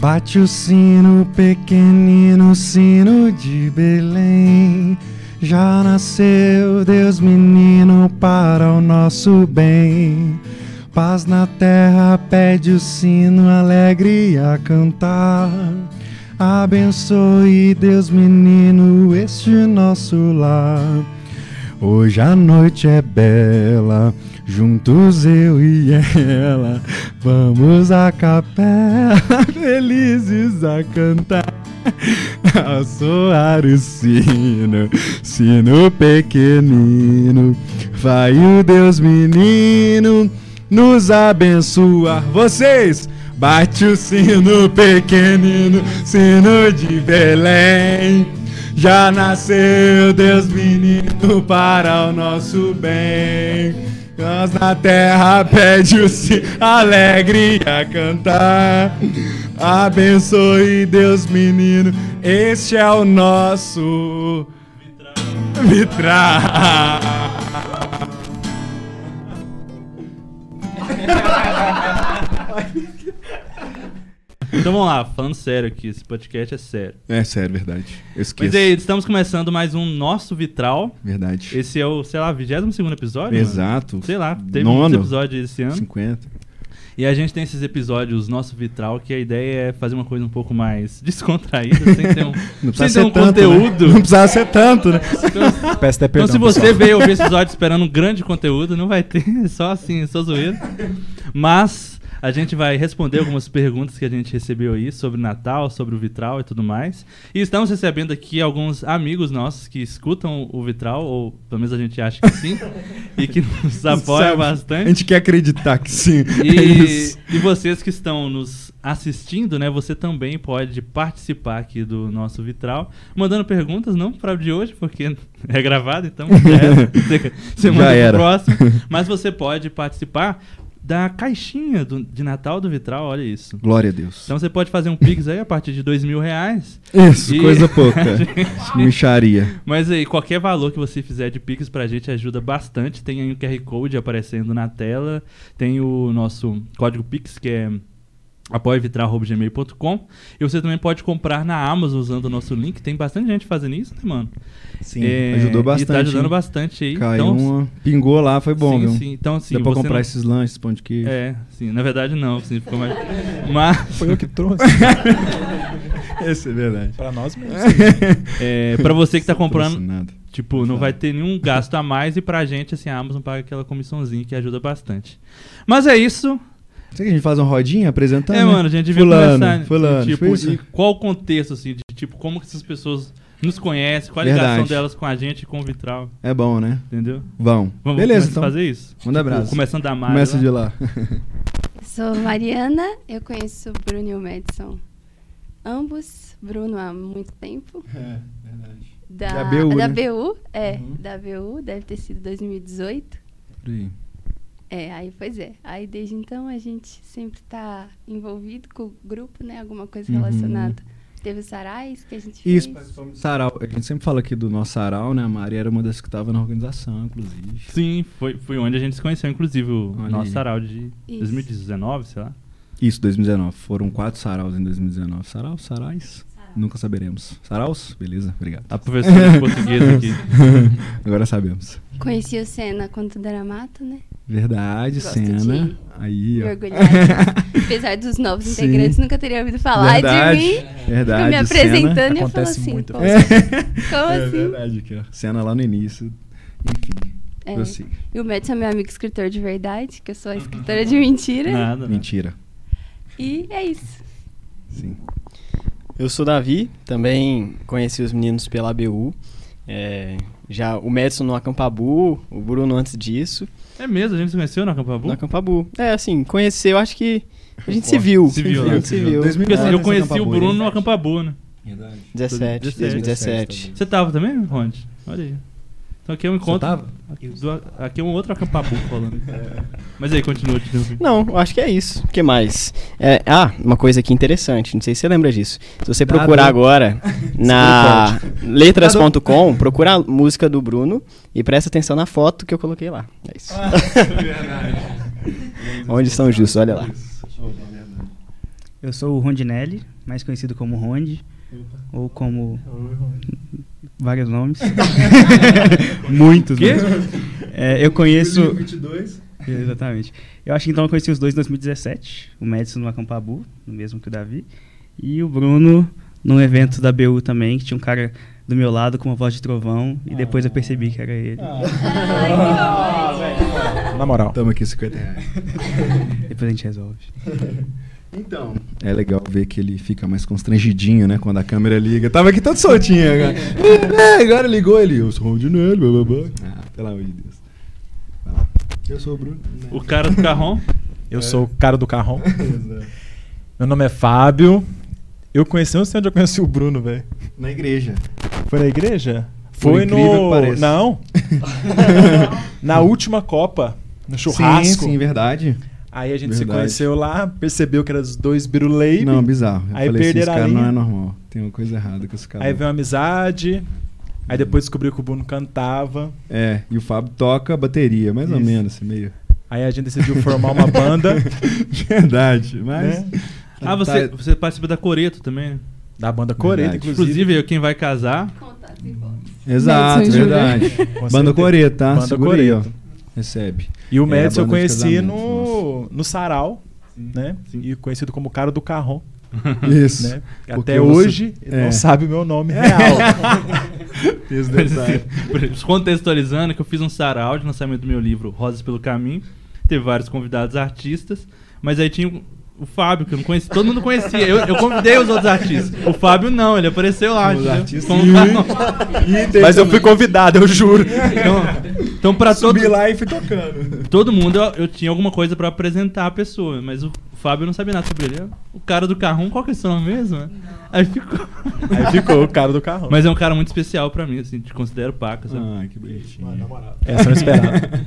Bate o sino pequenino, sino de Belém. Já nasceu Deus menino para o nosso bem. Paz na terra, pede o sino alegre a cantar. Abençoe Deus menino este nosso lar. Hoje a noite é bela, juntos eu e ela. Vamos à capela, felizes a cantar. Ao soar o sino, sino pequenino, vai o Deus menino nos abençoar. Vocês! Bate o sino pequenino, sino de Belém. Já nasceu Deus menino para o nosso bem. Nós na terra pede o sino alegre a cantar. Abençoe Deus menino, este é o nosso vitral. Então vamos lá, falando sério aqui, esse podcast é sério. É sério, verdade. Eu esqueço. Mas aí, estamos começando mais um Nosso Vitral. Verdade. Esse é o, sei lá, 22 episódio? mano? Exato. Sei lá, teve Nono. muitos episódios esse ano. 50. E a gente tem esses episódios Nosso Vitral, que a ideia é fazer uma coisa um pouco mais descontraída, sem ter um, Não sem precisa ter ser um tanto, né? conteúdo. Não precisava ser tanto, né? Peço até Então, perdão. se você pessoal. veio ouvir esse episódio esperando um grande conteúdo, não vai ter, é só assim, é só zoeira. Mas a gente vai responder algumas perguntas que a gente recebeu aí sobre Natal, sobre o Vitral e tudo mais. E estamos recebendo aqui alguns amigos nossos que escutam o Vitral, ou pelo menos a gente acha que sim, e que nos apoiam Sabe? é- A bastante. gente quer acreditar que sim. É E, isso. e vocês que estão nos assistindo, né? Você também pode participar aqui do nosso vitral, mandando perguntas, não para o de hoje, porque é gravado, então já era. Você- você Já manda pro era. próximo. Mas você pode participar da caixinha do- de Natal do vitral, olha isso. Glória a Deus. Então você pode fazer um pix aí a partir de dois mil reais. Isso, E- coisa pouca. Micharia. Mas aí, qualquer valor que você fizer de Pix pra gente ajuda bastante. Tem aí o QR Code aparecendo na tela. Tem o nosso código Pix, que é apoiovitral.gmail.com E você também pode comprar na Amazon usando o nosso link. Tem bastante gente fazendo isso, né, mano? Sim. É, ajudou E tá bastante, ajudando hein? bastante aí. Caiu então, uma. Pingou lá, foi bom, sim, viu? sim. Então, assim, Dá pra você comprar não- esses lanches, esse pão de queijo. É, sim. Na verdade, não. Assim, ficou mais... Mas... Foi eu que trouxe. Esse é verdade. pra nós mesmos. É, pra você que tá comprando, Patrocinado. Tipo, não vai ter nenhum gasto a mais e pra gente, assim, a Amazon paga aquela comissãozinha que ajuda bastante. Mas é isso. Será que a gente faz uma rodinha apresentando? né? é, mano, a gente devia fulano, conversar. Fulano, tipo, tipo isso? e qual o contexto, assim, de tipo, como que essas pessoas nos conhecem, qual a ligação Verdade. delas com a gente e com o Vitral, É bom, né? entendeu? Vão. Vamos Beleza, começar então. a fazer isso? Tipo, Manda abraço. Começando da Mari. Começa lá. de lá. Sou Mariana, eu conheço o Bruno e o Madison. Ambos, Bruno há muito tempo. É, verdade. Da Da, BU, Da né? BU, é. Uhum. Da BU, deve ter sido 2018. É, aí, pois é. Aí, desde então, a gente sempre tá envolvido com o grupo, né? Alguma coisa Uhum. relacionada. Teve o Sarais, que a gente fez. Isso, participamos do sarau. é A gente sempre fala aqui do nosso sarau, né? A Mari era uma das que tava na organização, inclusive. Sim, foi, foi onde a gente se conheceu, inclusive, o Olha nosso aí. sarau de Isso. 2019, sei lá. Isso, 2019. Foram quatro saraus em 2019. Sarau, sarais? Nunca saberemos. Saraus? Beleza, obrigado. A professora de português aqui. Agora sabemos. Conheci o Senna quando tudo era mato, né? Verdade, Gosto cena. de Aí, Me ó. orgulhar. Apesar dos novos Sim. integrantes, nunca teriam ouvido falar verdade, de mim. Verdade, Fico me Cena. apresentando e eu falo Acontece assim, muito. pô, É, como é assim? verdade, aqui, ó. Cena lá no início. Enfim, É. eu sei. E o Madison é meu amigo escritor de verdade, que eu sou a escritora de mentira. Nada. né? Mentira. E é isso. Sim. Eu sou o Davi, também conheci os meninos pela ABU. é, já o Madison no Acampabu, o Bruno antes disso. É mesmo, a gente se conheceu na Campabu? No Acampabu. É, assim, conhecer, eu acho que a gente se Forte. viu. Se viu, A né? gente se 2000, viu. Porque assim, eu Antes da conheci o Campabu, Bruno no né? Acampabu, né? Verdade. 17, tá 17, 2017. tá Você tava também, Ronde? Olha aí. Então aqui é um encontro. tava? É. Aqui, do- aqui é um outro acampabu falando. Mas aí, continua. te interrompendo. Não, eu acho que é isso. O que mais? É, ah, uma coisa aqui interessante, não sei se você lembra disso. Se você Dado. procurar agora na letras.com, procura a música do Bruno e presta atenção na foto que eu coloquei lá. É isso. Ah, verdade. Onde são justos, olha lá. Eu sou o Rondinelli, mais conhecido como Rondi, ou como vários nomes. Muitos, Quê? né? É, eu conheço. 22. Exatamente. Eu acho que então eu conheci os dois em 2017. O Madison no Acampabu, no mesmo que o Davi. E o Bruno num evento da BU também, que tinha um cara do meu lado com uma voz de trovão. E depois eu percebi que era ele. Na moral. Tamo aqui, 50 reais. Depois a gente resolve. Então, é legal ver que ele fica mais constrangidinho, né? Quando a câmera liga. Tava aqui todo soltinho agora. É, agora ligou ele. Eu sou o Rondinelli, blá, blá, blá. Ah, pelo amor de Deus. Vai lá. Eu sou o Bruno. né? O cara do carrom. É. Eu sou o cara do carrão. Meu nome é Fábio. Eu conheci, eu não sei onde eu conheci o Bruno, velho. Na igreja. Foi na igreja? Por Foi incrível que no. pareça. Não. na última Copa, no churrasco. Sim, sim, verdade. Aí a gente se Verdade. conheceu lá, percebeu que era dos dois birulei. Não, bizarro. Eu Aí falei assim, esse perderam a cara não linha. é normal. Tem uma coisa errada com esse cara. Aí veio uma amizade. Aí depois descobriu que o Bruno cantava. É, e o Fábio toca bateria, mais ou Isso. menos, assim, meio. Aí a gente decidiu formar uma banda. Verdade, mas. Tá, né? Ah, você, você participa da Coreto também, né? Da banda Coreto, Verdade. inclusive. Inclusive, eu quem vai casar. Contatos e fotos. Exato, Madison e Júlia. verdade. Com Banda certeza. Coreto, tá? Banda Segura aí, ó. Coreto. Recebe. E o É, Mads a eu banda de conheci casamento, no, no Sarau, né? sim. E conhecido como cara do carrão, Isso. né? Porque Até você- hoje ele é. não sabe o meu nome real. Esse Mas, detalhe. assim, Contextualizando, que eu fiz um sarau de lançamento do meu livro Rosas pelo Caminho. Teve vários convidados artistas, mas aí tinha o- o Fábio, que eu não conhecia. Todo mundo conhecia. Eu, eu convidei os outros artistas. O Fábio não, ele apareceu lá. Os entendeu? artistas. Como não. Mas eu fui convidado, eu juro. Então, então pra todo, Subi lá e fui tocando. todo mundo, eu, eu tinha alguma coisa pra apresentar a pessoa, mas o Fábio não sabia nada sobre ele. O cara do carrão, qual que é o seu nome mesmo? Aí ficou. Aí ficou o cara do carrão. Mas é um cara muito especial pra mim, assim, te considero paca, sabe? Ah, que bonitinho. Essa eu não esperava.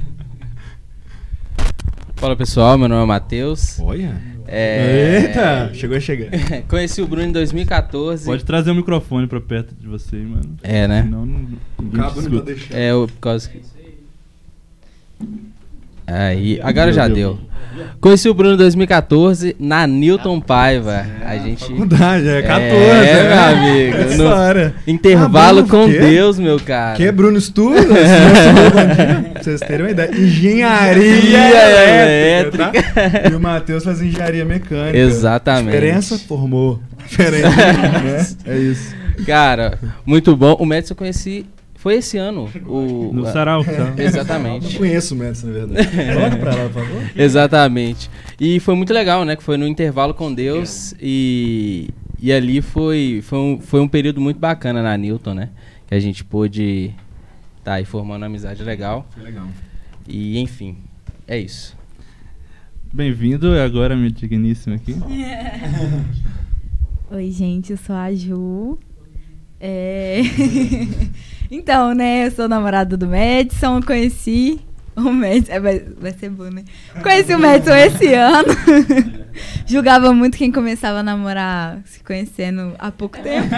Fala pessoal, meu nome é Matheus. Olha. É, Eita, chegou a chegar. Conheci o Bruno em 2014. Pode trazer o microfone pra perto de você, mano. É, né? Senão, não- O ninguém te cabo não tá escuta. deixando. É, o, por causa que... Aí, agora Meu já Deus. deu. Conheci o Bruno em 2014 na Newton Paiva. A gente... Ah, é, Faculdade, é 14. É, né? meu amigo, Essa no- hora. Intervalo Ah, Bruno, com quê? Deus, meu cara. Que é Bruno Estudo? Esse nosso bom dia, pra vocês terem uma ideia. Engenharia elétrica. elétrica. tá? E o Matheus faz engenharia mecânica. Exatamente. Diferença formou. Diferença. né? É isso. Cara, muito bom. O Madison eu conheci... Foi esse ano. O... No sarau, tá? Não Exatamente. conheço o Madison, na verdade. Coloca pra lá, por favor. Exatamente. E foi muito legal, né? Que foi no intervalo com Deus e, e ali foi, foi, um, foi um período muito bacana na Newton, né? Que a gente pôde tá aí formando uma amizade legal. Foi legal. E enfim, é isso. Bem-vindo, é agora minha digníssima aqui. Oi, gente, eu sou a Ju. É... então, né, eu sou namorada do Madison, conheci o Madison, é, vai, vai ser bom, né? Conheci o Madison esse ano. Julgava muito quem começava a namorar se conhecendo há pouco tempo.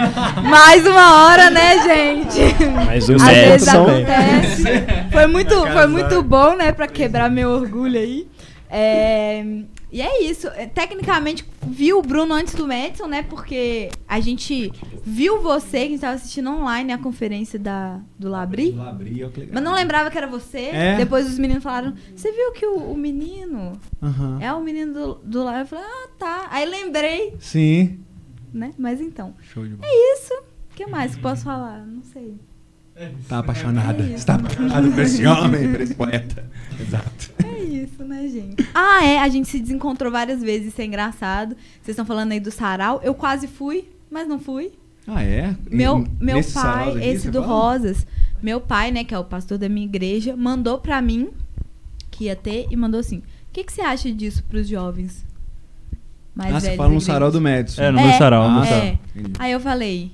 Mais uma hora, né, gente? Mas o Às vezes Madison. acontece. Foi muito, foi muito bom, né? Pra quebrar meu orgulho aí. É, e é isso. É, Tecnicamente, vi o Bruno antes do Madison, né? Porque a gente viu você, que a gente tava assistindo online a conferência da, do Labri. Labri, ó, que legal. Mas não lembrava que era você. É. Depois os meninos falaram: Você viu que o, o menino Ah. Aham. é o menino do, do Labri? Eu falei: Ah, tá. Aí lembrei, Sim. né? Mas então. Show de bola. É isso. O que mais que posso falar? Não sei. Tá apaixonada. É isso. Está apaixonada por esse homem, por esse poeta. Exato. É isso, né, gente? Ah, é. A gente se desencontrou várias vezes, isso é engraçado. Vocês estão falando aí do sarau. Eu quase fui, mas não fui. Ah, é? Meu, E- meu nesses pai, saraus aqui, esse você do fala? Rosas, meu pai, né, que é o pastor da minha igreja, mandou pra mim que ia ter e mandou assim: O que, que você acha disso pros jovens? Mais Ah, velhos você da fala no igreja?" sarau do Madison. É, no É. meu sarau, no meu Ah, sarau. É. Entendi. Aí eu falei,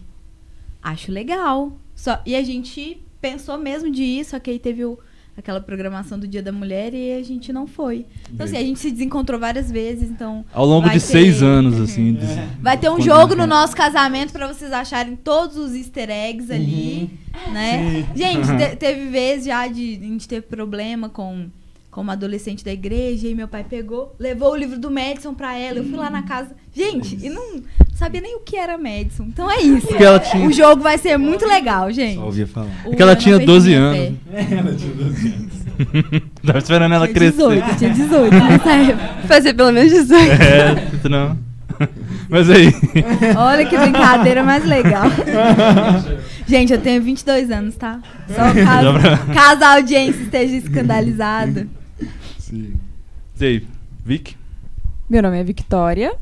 acho legal. Só, e a gente pensou mesmo de ir, só que aí teve o- aquela programação do Dia da Mulher e a gente não foi. Então, assim, a gente se desencontrou várias vezes, então. Ao longo Vai de seis ter- anos, assim. de- Vai ter um Quando- jogo no nosso casamento pra vocês acharem todos os easter Uhum. eggs ali, né? Gente, te- teve vez já de a gente ter problema com, com como adolescente da igreja, e meu pai pegou, levou o livro do Madison pra ela. Eu fui Uhum. lá na casa. Gente, e não sabia nem o que era Madison. Então é isso. Porque ela tinha- O jogo vai ser muito legal, gente. Só ouvia falar. O Porque É ela Eu Não tinha Perdi 12 Minha anos. Fé. Tava esperando ela Tinha crescer. 18, tinha 18 nessa época. Fazer pelo menos 18. É, tu não. Mas aí. Olha que brincadeira mais legal. Gente, eu tenho 22 anos, tá? Só Dá caso, pra- caso a audiência esteja escandalizada. Sim. E aí, Vic? Meu nome é Victoria.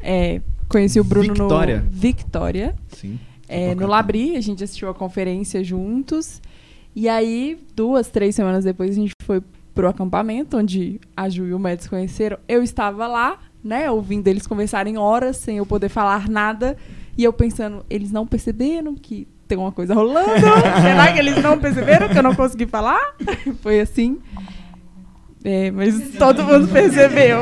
É, conheci o Bruno Victoria? no Victoria. Sim. tá é, Tocar. no Labri, a gente assistiu a conferência juntos. E aí, duas, três semanas depois, a gente foi pro acampamento, onde a Ju e o Mads se conheceram. Eu estava lá, né, ouvindo eles conversarem horas, sem eu poder falar nada. E eu pensando, eles não perceberam que tem uma coisa rolando? Será que eles não perceberam que eu não consegui falar? Foi assim. É, mas todo mundo percebeu.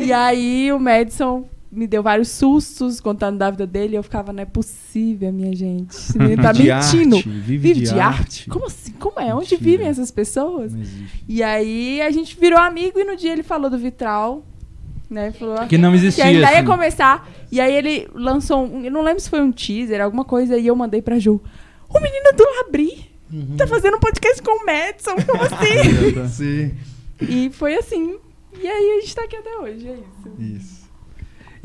E aí o Madison me deu vários sustos contando da vida dele. e Eu ficava, não é possível, minha gente. Esse menino tá Vive de mentindo. arte, vive de arte. Como assim? Como é? Onde Mentira. vivem essas pessoas? Não existe. E aí a gente virou amigo e no dia ele falou do vitral. Né? Falou, Que não que existia. ainda ia assim. é começar. E aí ele lançou um. Eu não lembro se foi um teaser, alguma coisa, e eu mandei pra Ju. O menino do Labri Uhum. tá fazendo um podcast com o Madison, como assim? Sim. e foi assim. E aí a gente tá aqui até hoje, é isso. Isso.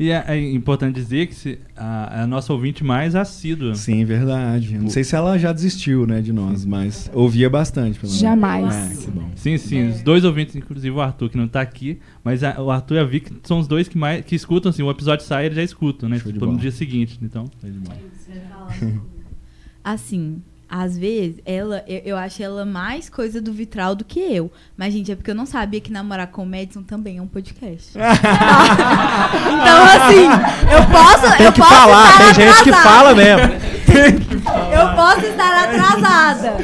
E é, é importante dizer que se- a, a nossa ouvinte mais assídua. Sim, verdade. Eu Não sei se ela já desistiu, né, de nós, mas ouvia bastante. Pelo menos. Jamais. Ah, que bom. É, Sim, sim. Os dois ouvintes, inclusive o Arthur, que não tá aqui, mas a- o Arthur e a Vic são os dois que mais que escutam, assim, o episódio sai, eles já escutam, né? Show de Tipo, no bola. dia seguinte. Então, Tá demais. Assim, às vezes, ela, eu, eu acho ela mais coisa do vitral do que eu. Mas, gente, é porque eu não sabia que namorar com o Madison também é um podcast. então, assim, eu posso. eu posso estar atrasada. mesmo. Eu posso estar atrasada.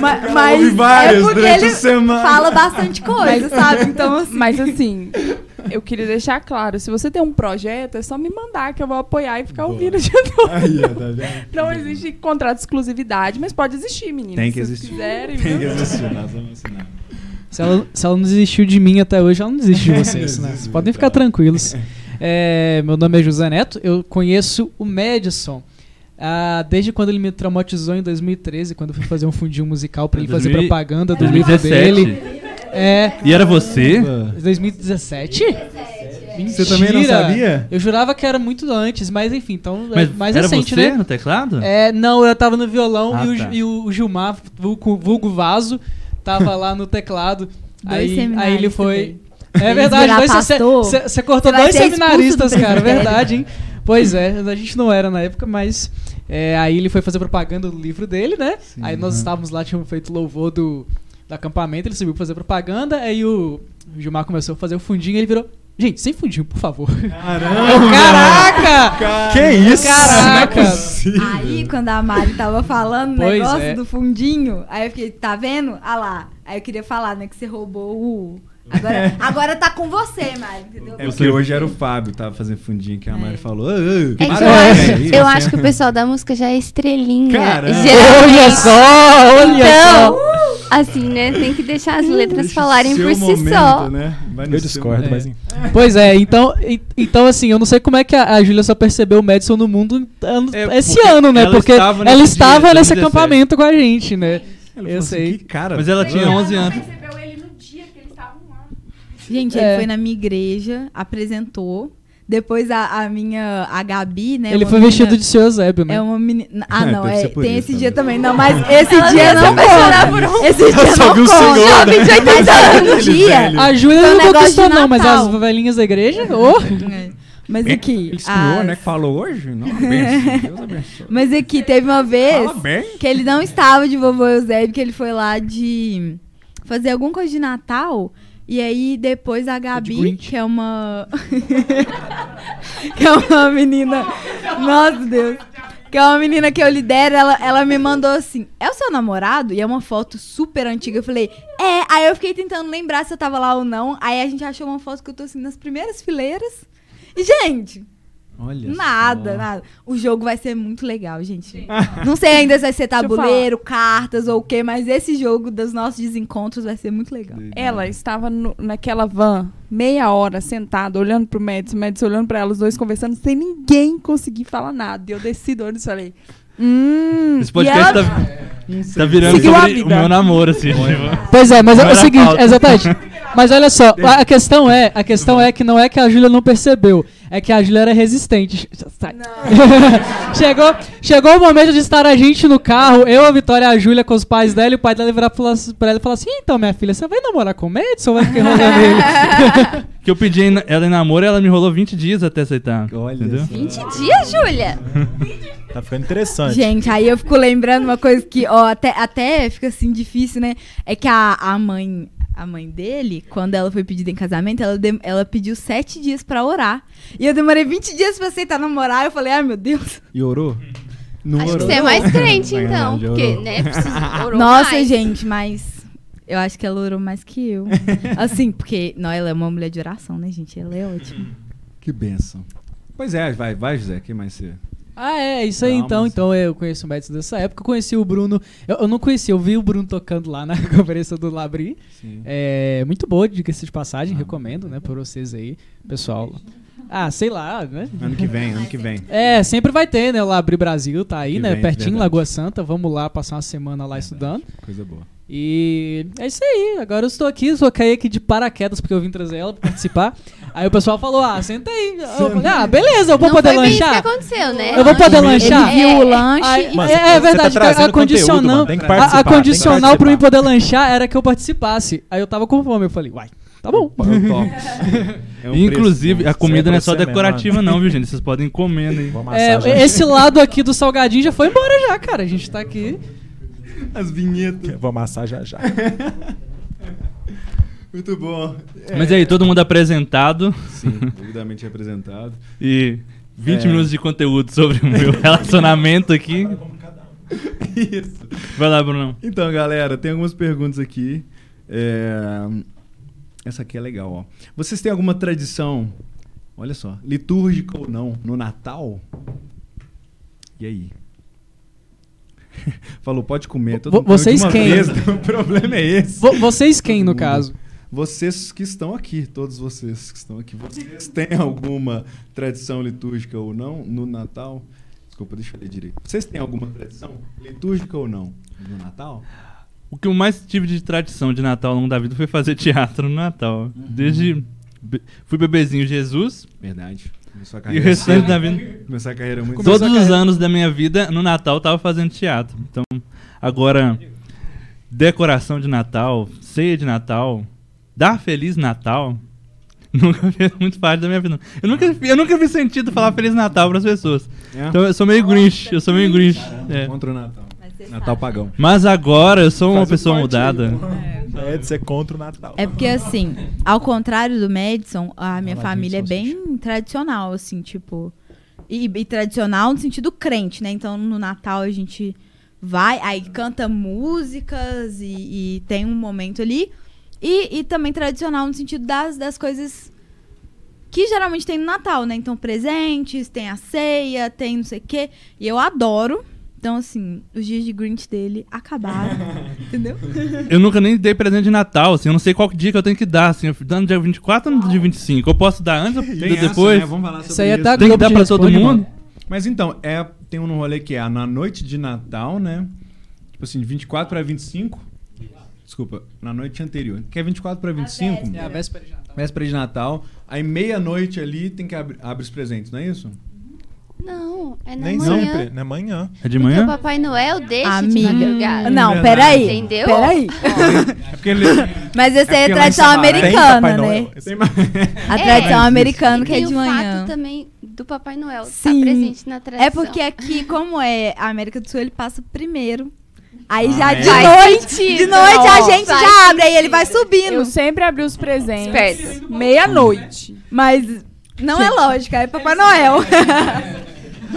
Ma- Mas, ouve vários é porque durante ele a semana. fala bastante coisa, sabe? Então, assim. Mas assim, eu queria deixar claro: se você tem um projeto, é só me mandar que eu vou apoiar e ficar Boa. ouvindo de novo. Aí, ó, tá vendo? Não existe contrato de exclusividade, mas pode existir, menino. Tem que se vocês existir. Quiserem, Tem que viu? assistir, nós vamos ensinar. Se ela, se ela não desistiu de mim até hoje, ela não desiste de vocês, né? Vocês podem então. ficar tranquilos. É, meu nome é José Neto, eu conheço o Madison. ah, desde quando ele me traumatizou em 2013, quando eu fui fazer um fundinho musical pra ele fazer 2000 propaganda do livro 2017. dele. É, E era você? 2017? Você também não Mentira! sabia? Eu jurava que era muito antes, mas enfim, então Mas é mais era recente, você né? no teclado? É, não, eu tava no violão Ah, e, o, tá. e o Gilmar, vulgo, vulgo Vaso, tava lá no teclado. Dois aí, aí ele seminaristas foi. dele. É Eles verdade, virar pastor, você cortou você vai dois ser expulso do seminaristas, cara, presbitério. verdade, hein? Pois é, a gente não era na época, mas é, aí ele foi fazer propaganda do livro dele, né? aí nós estávamos lá, tínhamos feito louvor do, do acampamento, ele subiu pra fazer propaganda, aí o Gilmar começou a fazer o fundinho e ele virou. Gente, sem fundinho, por favor. Caramba! Caraca! Que isso? Caraca! Não é possível. Aí, quando a Mari tava falando o Pois negócio é. do fundinho, aí eu fiquei, tá vendo? Ah lá. Aí eu queria falar, né, que você roubou o. Agora, agora tá com você, Mari, entendeu? É porque hoje era o Fábio, tava fazendo fundinho que a Mari falou. "Ô, ô, É que para eu, aí, acho, isso, eu né?" acho que o pessoal da música já é estrelinha. Caramba. geralmente. Olha só, olha Então, só. assim, né? Tem que deixar as letras Deixa falarem o seu por si momento, só. né? Vai no Eu seu discordo, momento. mas Pois é, então, e- então assim, eu não sei como é que a, a Júlia só percebeu o Madison no mundo ano- É, esse porque ano, né? ela porque estava nesse ela dia, estava nesse 2017. acampamento com a gente, né? Ela falou Eu assim, sei. Que cara, Mas ela tinha doida. 11 anos. percebeu ele no dia que eles estavam lá. Gente, É. ele foi na minha igreja, apresentou. Depois a, a minha, a Gabi, né? Ele uma foi menina- vestido de seu Eusébio, né? É uma menina. Ah, não, Tipo, Deve é, ser por tem isso esse dia também. também. Não, mas esse dia não chorar conta. um Esse dia só não vi o conta. senhor, um Jovem de 80 anos. Um Aquele dia. velho. Então, A Júlia Foi um não negócio conquistou de não, mas as Natal. velhinhas da igreja, oh, É. Mas aqui. Ah, as- né? falou hoje? Não, benção, Deus abençoe. Mas aqui, teve uma vez Fala bem. que ele não estava de vovô Eusébio, que ele foi lá de fazer alguma coisa de Natal. E aí depois a Gabi, Grinch. que é uma. que é uma menina. Nossa Deus! Que é uma menina que eu lidero, ela, ela me mandou assim: é o seu namorado? E é uma foto super antiga. Eu falei, é. Aí eu fiquei tentando lembrar se eu tava lá ou não. Aí a gente achou uma foto que eu tô assim nas primeiras fileiras. E, gente, Olha Nada, só. nada. O jogo vai ser muito legal, gente. Não sei ainda se vai ser Deixa eu tabuleiro, cartas ou o quê, mas esse jogo dos nossos desencontros vai ser muito legal. Ela estava no- naquela van meia hora sentada, olhando pro Mads, o Mads olhando pra ela, os dois conversando, sem ninguém conseguir falar nada. E eu desci do ônibus e falei, hum... Esse podcast e ela- tá, tá virando Seguiu a sobre o vida. meu namoro, assim. tipo. Pois é, mas é Vai o na seguinte, pauta. exatamente. Mas olha só, a a questão é, a questão é que não é que a Júlia não percebeu, é que a Júlia era resistente. Sai. chegou, chegou o momento de estar a gente no carro, eu, a Vitória e a Júlia com os pais dela, e o pai dela virar pra ela- pra ela e falar assim, então, minha filha, você vai namorar com o Madison ou vai ficar enrolando ele? Que eu pedi em- ela em namoro e ela me enrolou 20 dias até aceitar. Olha entendeu? 20 dias, Júlia? Tá ficando interessante. Gente, aí eu fico lembrando uma coisa que, ó, até, até fica assim difícil, né? É que a, a mãe. A mãe dele, quando ela foi pedida em casamento, ela, dem- ela pediu sete dias pra orar. E eu demorei 20 dias pra aceitar namorar. Eu falei, ai meu Deus. E orou? Não Acho que orou. você é mais crente, Sacanagem, então. Porque, orou. né? precisa- orou Nossa, mais. gente, mas eu acho que ela orou mais que eu. assim, porque não, ela é uma mulher de oração, né, gente? Ela é ótima. Que benção. Pois é, vai, vai, José, quem mais você? Ah, é, isso aí Não, então. mas- Então eu conheço o Madison dessa época. Eu conheci o Bruno. Eu, eu não conheci, eu vi o Bruno tocando lá na conferência do Labri. Sim. Ah. É muito boa, diga-se de passagem, recomendo, né, pra vocês aí, pessoal. Ah, sei lá, né? Ano que vem, ano que vem. É, sempre vai ter, né? O Labri Brasil tá aí, Que né? vem, Pertinho, verdade. É Lagoa Santa. Vamos lá passar uma semana lá estudando. Coisa boa. E é isso aí. Agora eu estou aqui, só caí aqui de paraquedas porque eu vim trazer ela pra participar. aí o pessoal falou: ah, senta aí. Eu falei, ah, beleza, eu vou Não poder foi bem isso lanchar. que aconteceu, né? Eu vou poder Ele lanchar? Ele viu o É. lanche Ai, e Mas é, é você tá verdade, a, trazendo a condicional, conteúdo, mano, tem que a- participar, a, tem que condicional pra eu participar. poder lanchar era que eu participasse. Aí eu tava com fome, eu falei, uai, tá bom. Eu topo. É um E, Inclusive, preço a bom. comida é não é só pra você decorativa, mesmo, né? não, viu, gente? Vocês podem comer né? aí. Vou É, amassar já. esse lado aqui do salgadinho já foi embora já, cara. A gente tá aqui. As vinhetas. Vou amassar já já. Muito bom. É, Mas e aí, todo mundo apresentado Sim, devidamente representado. e 20 É. minutos de conteúdo sobre o meu relacionamento aqui. Isso. Vai lá, Brunão. Então, galera, tem algumas perguntas aqui. É, Essa aqui é legal, ó. Vocês têm alguma tradição, olha só, litúrgica ou não, no Natal? E aí? Falou, pode comer. Todo Vo- mundo comeu de vocês uma quem? vez, o problema é esse. Vo- vocês quem, no Todo mundo. caso? Vocês que estão aqui, todos vocês que estão aqui, vocês têm alguma tradição litúrgica ou não no Natal? Desculpa, deixa eu ler direito. Vocês têm alguma tradição litúrgica ou não no Natal? O que eu mais tive de tradição de Natal ao longo da vida foi fazer teatro no Natal. Desde. be- Fui bebezinho Jesus Verdade. Começou e a o carreira. restante da cedo. vida. Começou a carreira muito assim. Começou Todos os a carreira- anos da minha vida, no Natal, eu tava fazendo teatro. Então, agora, decoração de Natal, ceia de Natal, dar Feliz Natal, nunca fez muito parte da minha vida. não. Eu nunca, eu nunca vi sentido falar Feliz Natal pras pessoas. É. Então, eu sou meio grinch, eu sou meio grinch. é. Contra o Natal. Natal pagão. Mas agora, eu sou uma um Faz o pessoa corte mudada. É de ser contra o Natal. É porque, assim, ao contrário do Madison, a minha Ela família é vem salsicha. bem tradicional, assim, tipo. E, e tradicional no sentido crente, né? Então, no Natal a gente vai, aí canta músicas e, e tem um momento ali. E, e também tradicional no sentido das, das coisas que geralmente tem no Natal, né? Então, presentes, tem a ceia, tem não sei o quê. E eu adoro. Então, assim, os dias de Grinch dele acabaram. entendeu? Eu nunca nem dei presente de Natal, assim, eu não sei qual dia que eu tenho que dar, assim, eu dando dia 24 ou no dia 25. Eu posso dar antes ou Ah, depois? né? Vamos falar sobre Isso aí é da Tem que Globo dar te pra todo responde, mano. mundo? Mas então, é, tem um rolê que é na noite de Natal, né? Tipo assim, de 24 pra 25. Desculpa, na noite anterior. Que é 24 pra 25. É a véspera de Natal. Véspera de Natal. Aí meia-noite ali tem que abrir abre os presentes, não é isso? Não, é na Nem manhã. sempre, na manhã. É de Porque o manhã? Papai Noel deixa Amiga. de madrugada. Não, Verdade. peraí. Entendeu? Peraí. É porque ele. Mas essa aí É é, porque lá em tradição Sabará tem americana, Papai né? Noel. Tem mais- A tradição É, americana E que é tem de o manhã. fato também do Papai Noel estar Sim. presente na tradição. É porque aqui, como é a América do Sul, ele passa primeiro. Aí já Ah, de é? noite, de sentido. noite a Não, gente faz já abre, aí ele vai Eu subindo. sempre abri os presentes Esperta. meia-noite. Mas não é lógica, é Papai Noel.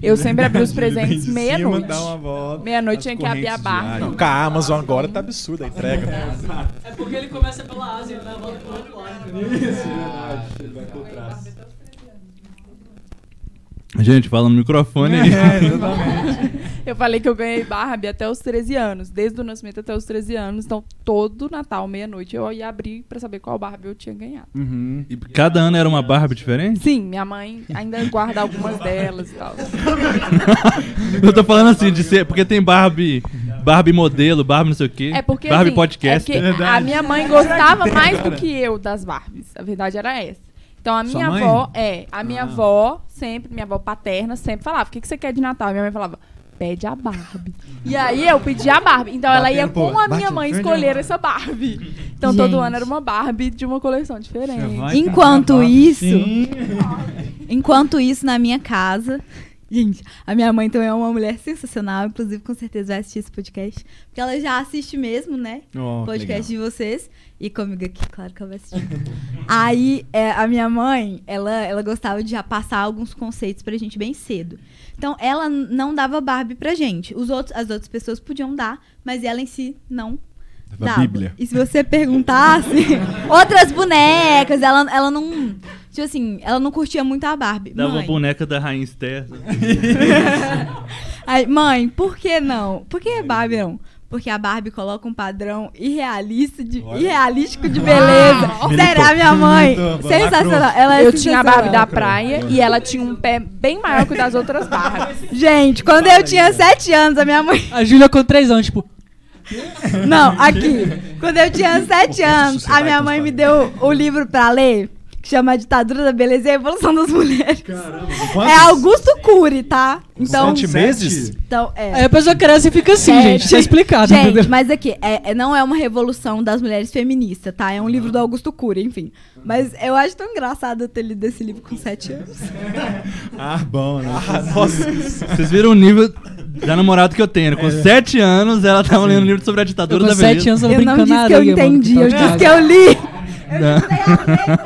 Eu sempre abri os Vem de presentes cima, meia-noite. dá uma volta. Meia-noite As tinha que abrir a correntes de barra. ar. Não. Com a Amazon agora tá absurda a entrega. né? É porque ele tá começa pela Ásia e vai volta pro outro lado. Isso, verdade. Vai pro trás. Gente, fala no microfone aí. É, Eu falei que eu ganhei Barbie até os 13 anos, desde o nascimento até os 13 anos. Então, todo Natal, meia-noite, eu ia abrir pra saber qual Barbie eu tinha ganhado. Uhum. E cada ano era uma Barbie diferente? Sim, minha mãe ainda guarda algumas delas e tal. Eu tô falando assim, de ser, porque tem Barbie, Barbie modelo, Barbie não sei o quê. É porque Barbie assim, podcast. é porque a minha mãe gostava mais do que eu das Barbies. A verdade era essa. Então a Sua minha mãe? avó, é, a Ah. minha avó sempre, minha avó paterna sempre falava: "O que que você quer de Natal?" Minha mãe falava: "Pede a Barbie". E aí eu pedi a Barbie. Então ela ia Batendo, pô, com a minha bate, mãe perde a escolher Barbie. essa Barbie. Então todo Gente. ano era uma Barbie de uma coleção diferente. Enquanto isso, Sim. enquanto isso na minha casa, gente, a minha mãe também é uma mulher sensacional, inclusive com certeza vai assistir esse podcast, porque ela já assiste mesmo, né? Oh, que podcast de vocês e comigo aqui, claro que ela vai assistir. Aí é, a minha mãe, ela, ela gostava de já passar alguns conceitos pra gente bem cedo. Então ela n- não dava Barbie pra gente. Os outros, as outras pessoas podiam dar, mas ela em si não Dava dava. Bíblia. E se você perguntasse, outras bonecas, ela, ela não. Tipo assim, ela não curtia muito a Barbie. Dava uma mãe, boneca da Rainha Esther. aí, mãe, por que não? Por que Barbie não? Porque a Barbie coloca um padrão irrealista de, irrealístico de beleza. Ah, Uau! Sério, a minha mãe. Militou. Sensacional. Ela é eu tinha a Barbie da sensacional. praia e ela tinha um pé bem maior que o das outras Barbies. Gente, quando eu tinha sete anos, a minha mãe. A Júlia com três anos, tipo. Não, aqui. Quando eu tinha sete anos, a minha mãe me deu o livro pra ler, que chama Ditadura da Beleza e a Evolução das Mulheres. quantos? É Augusto Cury, tá? Então, Sete meses? Então, é. Aí a pessoa cresce e fica assim, gente, tá explicado, Gente, entendeu? mas aqui, é, é- não é uma revolução das mulheres feministas, tá? É um livro do Augusto Cury, enfim. Mas eu acho tão engraçado eu ter lido esse livro com sete anos. Ah, bom, né? Vocês viram o nível da namorada que eu tenho. né? Com É. 7 anos, ela tava lendo um livro sobre a ditadura Eu com da beleza. sete anos, eu não disse "Ah, que eu entendi, eu disse que eu li.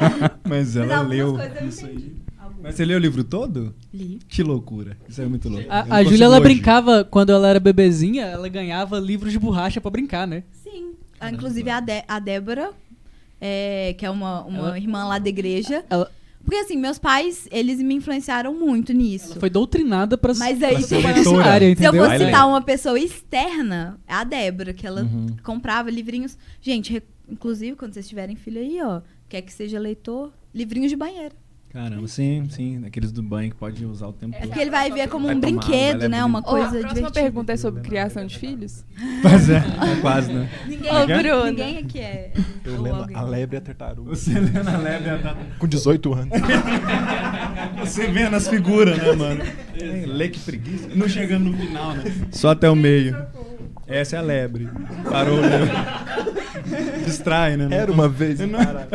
Mas ela leu isso aí. Mas você leu o livro todo? Li. Que loucura. Isso é muito louco. Eu não A, a consigo Júlia, ela hoje. brincava, quando ela era bebezinha, ela ganhava livros de borracha pra brincar, né? Sim. Ah, Inclusive a, Dé- a Débora, é, que é uma, uma Ela- irmã lá da igreja. Ela- Porque assim, meus pais, eles me influenciaram muito nisso. Foi doutrinada pra Mas aí, se, eu- se eu entendeu? vou citar uma pessoa externa, é a Débora, que ela Uhum. comprava livrinhos. Gente, re- inclusive, quando vocês tiverem filho aí, ó, quer que seja leitor, livrinhos de banheiro. Caramba, sim, sim. Aqueles do banho que pode usar o tempo É porque ele vai ver como Vai um tomar, brinquedo, vai né? abrir. Uma Ô, a coisa próxima divertida. pergunta é sobre criação de filhos? Mas é, é quase, né? Ninguém, Ô, Bruno. ninguém aqui é. Eu ou lendo alguém. A Lebre e a Tartaruga. Você lendo A Lebre e a Tartaruga. Com 18 anos. Você vê nas figuras, né, mano? Ei, Lê que preguiça. Não chegando no final, né? Só até o meio. Essa é a lebre. Parou, né? Distrai, né? Não Era cons- uma vez, Não,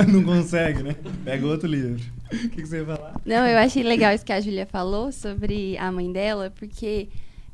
não consegue, né? Pega outro livro. O que, que você ia falar? Não, eu achei legal isso que a Júlia falou sobre a mãe dela, porque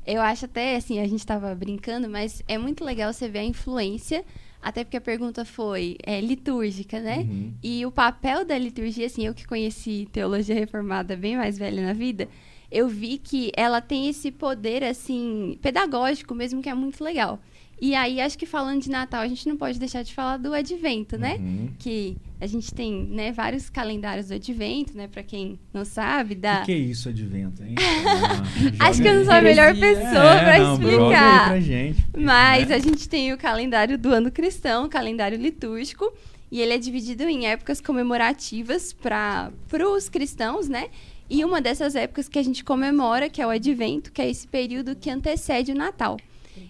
eu acho até, assim, a gente tava brincando, mas é muito legal você ver a influência, até porque a pergunta foi é, litúrgica, né? Uhum. E o papel da liturgia, assim, eu que conheci teologia reformada bem mais velha na vida, eu vi que ela tem esse poder, assim, pedagógico mesmo, que é muito legal. E aí, acho que falando de Natal, a gente não pode deixar de falar do advento, né? Uhum. Que a gente tem né, vários calendários do advento, né? Pra quem não sabe, O da. que, que é isso, advento, hein? Acho que eu não sou a melhor pessoa É, pra não, joga aí explicar. pra gente, Mas né? a gente tem o calendário do ano cristão, o calendário litúrgico, e ele é dividido em épocas comemorativas para os cristãos, né? E uma dessas épocas que a gente comemora, que é o advento, que é esse período que antecede o Natal.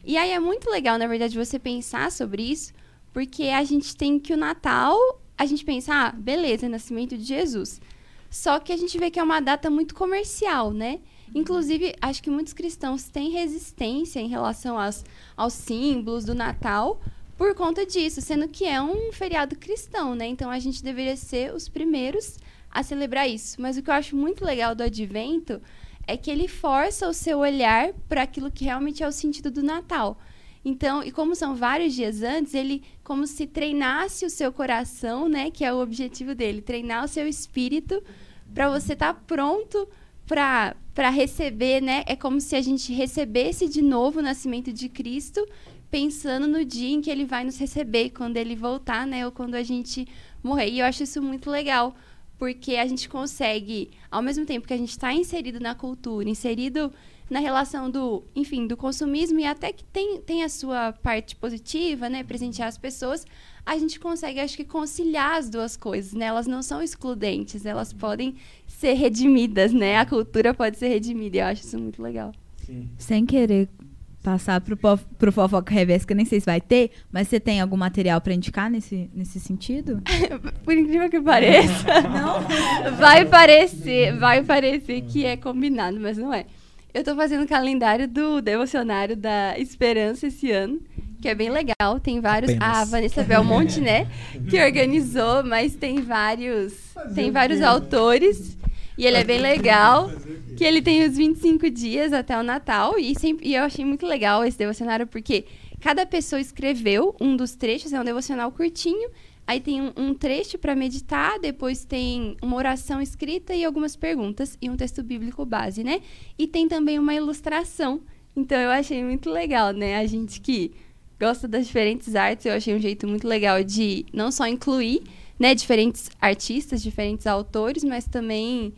E aí é muito legal, na verdade, você pensar sobre isso, porque a gente tem que o Natal, a gente pensa, ah, beleza, nascimento de Jesus. Só que a gente vê que é uma data muito comercial, né? Inclusive, acho que muitos cristãos têm resistência em relação aos, aos símbolos do Natal por conta disso, sendo que é um feriado cristão, né? Então a gente deveria ser os primeiros a celebrar isso. Mas o que eu acho muito legal do advento é que ele força o seu olhar para aquilo que realmente é o sentido do Natal. Então, e como são vários dias antes, ele como se treinasse o seu coração, né, que é o objetivo dele, treinar o seu espírito para você estar pronto para para receber, né? É como se a gente recebesse de novo o nascimento de Cristo, pensando no dia em que ele vai nos receber, quando ele voltar, né, ou quando a gente morrer. E eu acho isso muito legal, porque a gente consegue, ao mesmo tempo que a gente está inserido na cultura, inserido na relação do, enfim, do consumismo e até que tem, tem a sua parte positiva, né, presentear as pessoas, a gente consegue, acho que, conciliar as duas coisas, né? Elas não são excludentes, elas podem ser redimidas, né? A cultura pode ser redimida, e eu acho isso muito legal. Sem querer passar pro, pof- pro fofoca reversa, que eu nem sei se vai ter, mas você tem algum material pra indicar nesse, nesse sentido? Por incrível que pareça. Não? Vai parecer, vai parecer que é combinado, mas não é. Eu tô fazendo o calendário do Devocionário da Esperança esse ano, que é bem legal. Tem vários. Apenas. A Vanessa Belmonte, né? Que organizou, mas tem vários. tem vários autores. E ele é bem legal. Que ele tem os 25 dias até o Natal. E, sempre, e eu achei muito legal esse devocionário, porque cada pessoa escreveu um dos trechos, é um devocional curtinho. Aí tem um, um trecho para meditar, depois tem uma oração escrita e algumas perguntas e um texto bíblico base, né? E tem também uma ilustração. Então eu achei muito legal, né? A gente que gosta das diferentes artes, eu achei um jeito muito legal de não só incluir, né, diferentes artistas, diferentes autores, mas também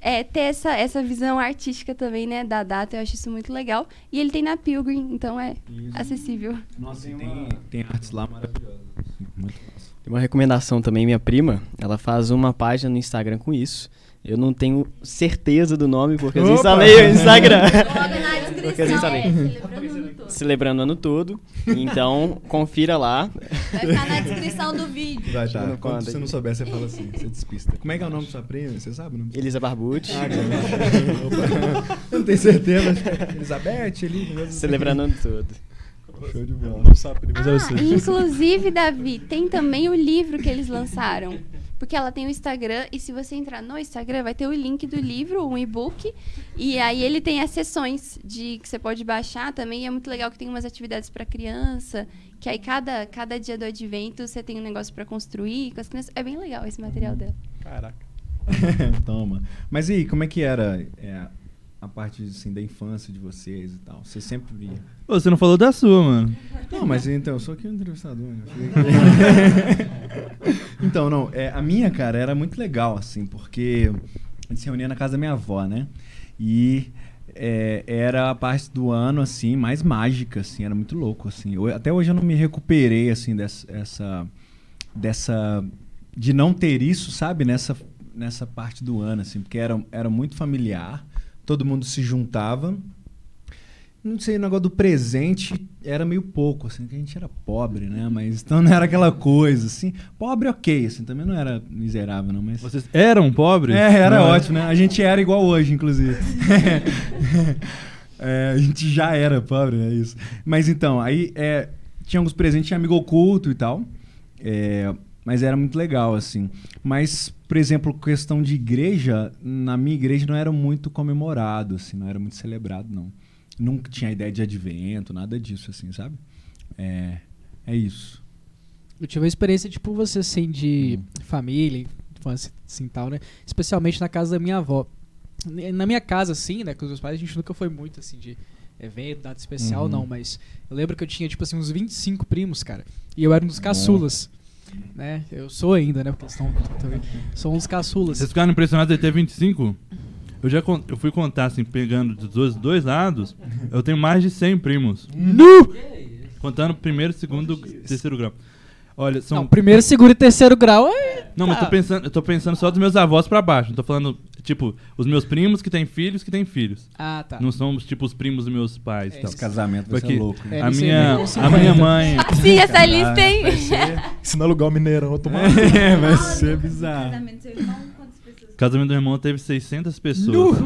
é, ter essa, essa visão artística também, né, da data, eu acho isso muito legal. E ele tem na Pilgrim, então é acessível. Nossa, e tem, tem artes lá maravilhosas. assim, Muito massa. Tem uma recomendação também, minha prima, ela faz uma página no Instagram com isso. Eu não tenho certeza do nome, porque eu Opa! instalei o Instagram. Coloca na Porque eu descrição, instalei. é, Celebrando o ano todo. Então, confira lá. Vai ficar Tá na descrição do vídeo. Vai Não tá. conta Quando você aqui. não souber, você fala assim, você despista. Como é que é o nome da sua prima? Você sabe o nome? Elisa Barbucci. Ah, que- Opa. Eu não tenho certeza. acho que é Elizabeth ali. né? Celebrando o ano todo. Show de bola. Não sabe, mas eu Ah, sei. e inclusive, Davi, tem também o livro que eles lançaram. Porque ela tem o Instagram, e se você entrar no Instagram, vai ter o link do livro, um e-book. E aí ele tem as sessões de que você pode baixar também. E é muito legal que tem umas atividades para criança. Que aí cada, cada dia do advento você tem um negócio para construir com as crianças. É bem legal esse material dela. Caraca. Toma. Mas e aí, como é que era é, a parte assim, da infância de vocês e tal? Você sempre via. Pô, você não falou da sua, mano. Não, mas então, eu sou um aqui o entrevistador. né? Eu fiquei aqui. então, não, é, a minha, cara, era muito legal, assim, porque a gente se reunia na casa da minha avó, né? E é, era a parte do ano, assim, mais mágica, assim, era muito louco, assim. Eu- até hoje eu não me recuperei, assim, dessa... Essa, dessa de não ter isso, sabe, nessa, nessa parte do ano, assim, porque era, era muito familiar, todo mundo se juntava. Não sei, o negócio do presente era meio pouco, assim, que a gente era pobre, né? Mas então não era aquela coisa, assim. Pobre, ok, assim, também não era miserável, não, mas. Vocês eram pobres? É, era Não ótimo, né? A gente era igual hoje, inclusive. É, a gente já era pobre, é isso. Mas então, aí é, tinha uns presentes, tinha amigo oculto e tal. É, mas era muito legal, assim. Mas, por exemplo, questão de igreja, na minha igreja não era muito comemorado, assim, não era muito celebrado, não. Nunca tinha ideia de advento, nada disso, assim, sabe? É, é isso. Eu tive uma experiência tipo você, assim, de família, infância, assim, tal, né? Especialmente na casa da minha avó. Ne- Na minha casa, assim, né, com os meus pais, a gente nunca foi muito, assim, de evento, data especial, Uhum. não. Mas eu lembro que eu tinha, tipo assim, uns 25 primos, cara. E eu era um dos caçulas. Né? Eu sou ainda, né? Porque eles estão... São uns um caçulas. Vocês ficaram impressionados de ter 25? Eu já con- eu fui contar, assim, pegando dos dois lados, eu tenho mais de 100 primos. Nu! Contando primeiro, segundo, terceiro grau. Olha, são. Não, primeiro, segundo e terceiro grau é... Não, mas eu tá. tô pensando, eu tô pensando só dos meus avós pra baixo. Não tô falando, tipo, os meus primos que têm filhos que têm filhos. Ah, tá. É Não são, tipo, os primos dos meus pais. e tal. Esse casamento vai ser Porque louco, né? A É, isso aí, minha, vai ser a minha 50. mãe. Sim, essa lista, hein? Se não alugar o Mineirão, eu tomar. É, vai ser bizarro. Casamento do meu irmão teve 600 pessoas.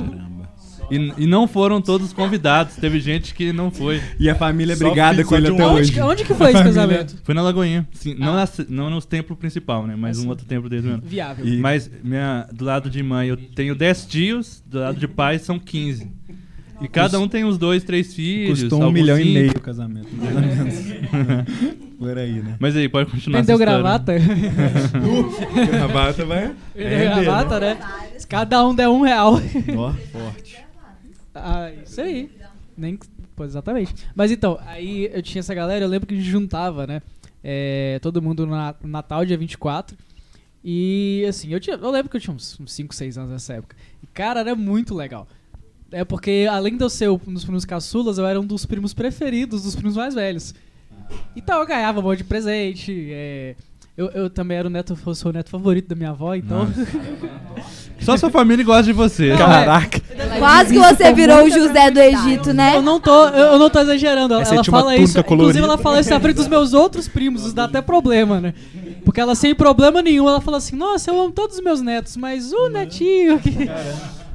E, e não foram todos convidados. Teve gente que não foi. E a família é Só brigada fiz- com só ele de um até lado. hoje. Onde que- onde que foi A esse família- casamento? Ah. É Foi na Lagoinha. Sim, não, na, não no templo principal, né? Mas um outro templo deles mesmo. Viável. E- Mas minha, do lado de mãe eu tenho 10 tios, do lado de pai são 15. E cada um tem uns dois, três filhos. Custou um alguns milhão cinco. e meio o casamento. mais ou menos. Por aí, né? Mas aí, pode continuar. Vendeu essa história. gravata? Uh, gravata vai- Vendeu vai gravata, render, né? Se Cada um der um real. Ó, forte. Ah, isso aí. Nem, que- pô, exatamente. Mas então, aí eu tinha essa galera, eu lembro que a gente juntava, né? É, todo mundo no Na- Natal, dia 24. E assim, eu, tinha, eu lembro que eu tinha uns 5, 6 anos nessa época. E, cara, era muito legal. É porque, além de eu ser um dos primos caçulas, eu era um dos primos preferidos, dos primos mais velhos. Então eu ganhava um monte de presente. é, eu, eu também era o neto, eu sou o neto favorito da minha avó, então. Só sua família gosta de você. Não, é. Quase que você virou o José do Egito, né? Eu não tô, eu eu não tô exagerando. Ela, Essa ela tinha uma fala isso. túnica colorida. Inclusive, ela fala isso na frente dos meus outros primos. Isso dá até problema, né? Porque ela, sem problema nenhum, ela fala assim: Nossa, eu amo todos os meus netos, mas o netinho. que-"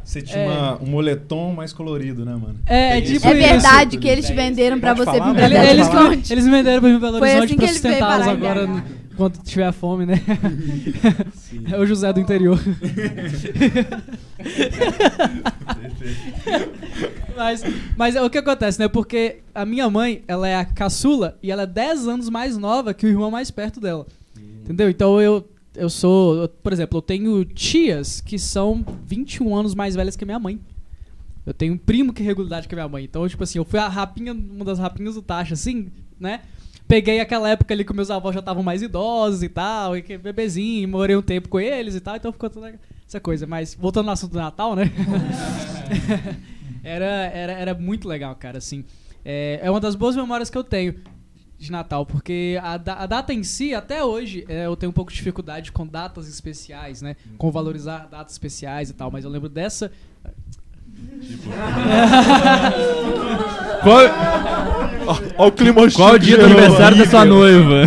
Você tinha É. uma- um moletom mais colorido, né, mano? É, é Tem tipo isso. É verdade que eles venderam pra Pode você falar, vir pra velho? Ele- Belo Eles, Horizonte. eles venderam pra mim pra Belo Foi Horizonte assim que pra ele veio sustentá-los parar em agora BH. no- quando tiver fome, né? é o José do interior. mas, mas é o que acontece, né? Porque a minha mãe, ela é a caçula e ela é 10 anos mais nova que o irmão mais perto dela. Hum. Entendeu? Então eu, eu sou. eu- por exemplo, eu tenho tias que são 21 anos mais velhas que a minha mãe. Eu tenho um primo que é regularidade que é minha mãe. Então, tipo assim, eu fui a rapinha, uma das rapinhas do Taxa, assim, né? Peguei aquela época ali que meus avós já estavam mais idosos e tal, e que bebezinho, morei um tempo com eles e tal, então ficou toda essa coisa. Mas voltando no assunto do Natal, né? era, era, era muito legal, cara, assim. É, é uma das boas memórias que eu tenho de Natal, porque a, da- a data em si, até hoje, é, eu tenho um pouco de dificuldade com datas especiais, né? Com valorizar datas especiais e tal, mas eu lembro dessa. Qual... é? Ó, ó o clima hostil Qual o que dia do gerou aniversário aí, da sua cara. noiva?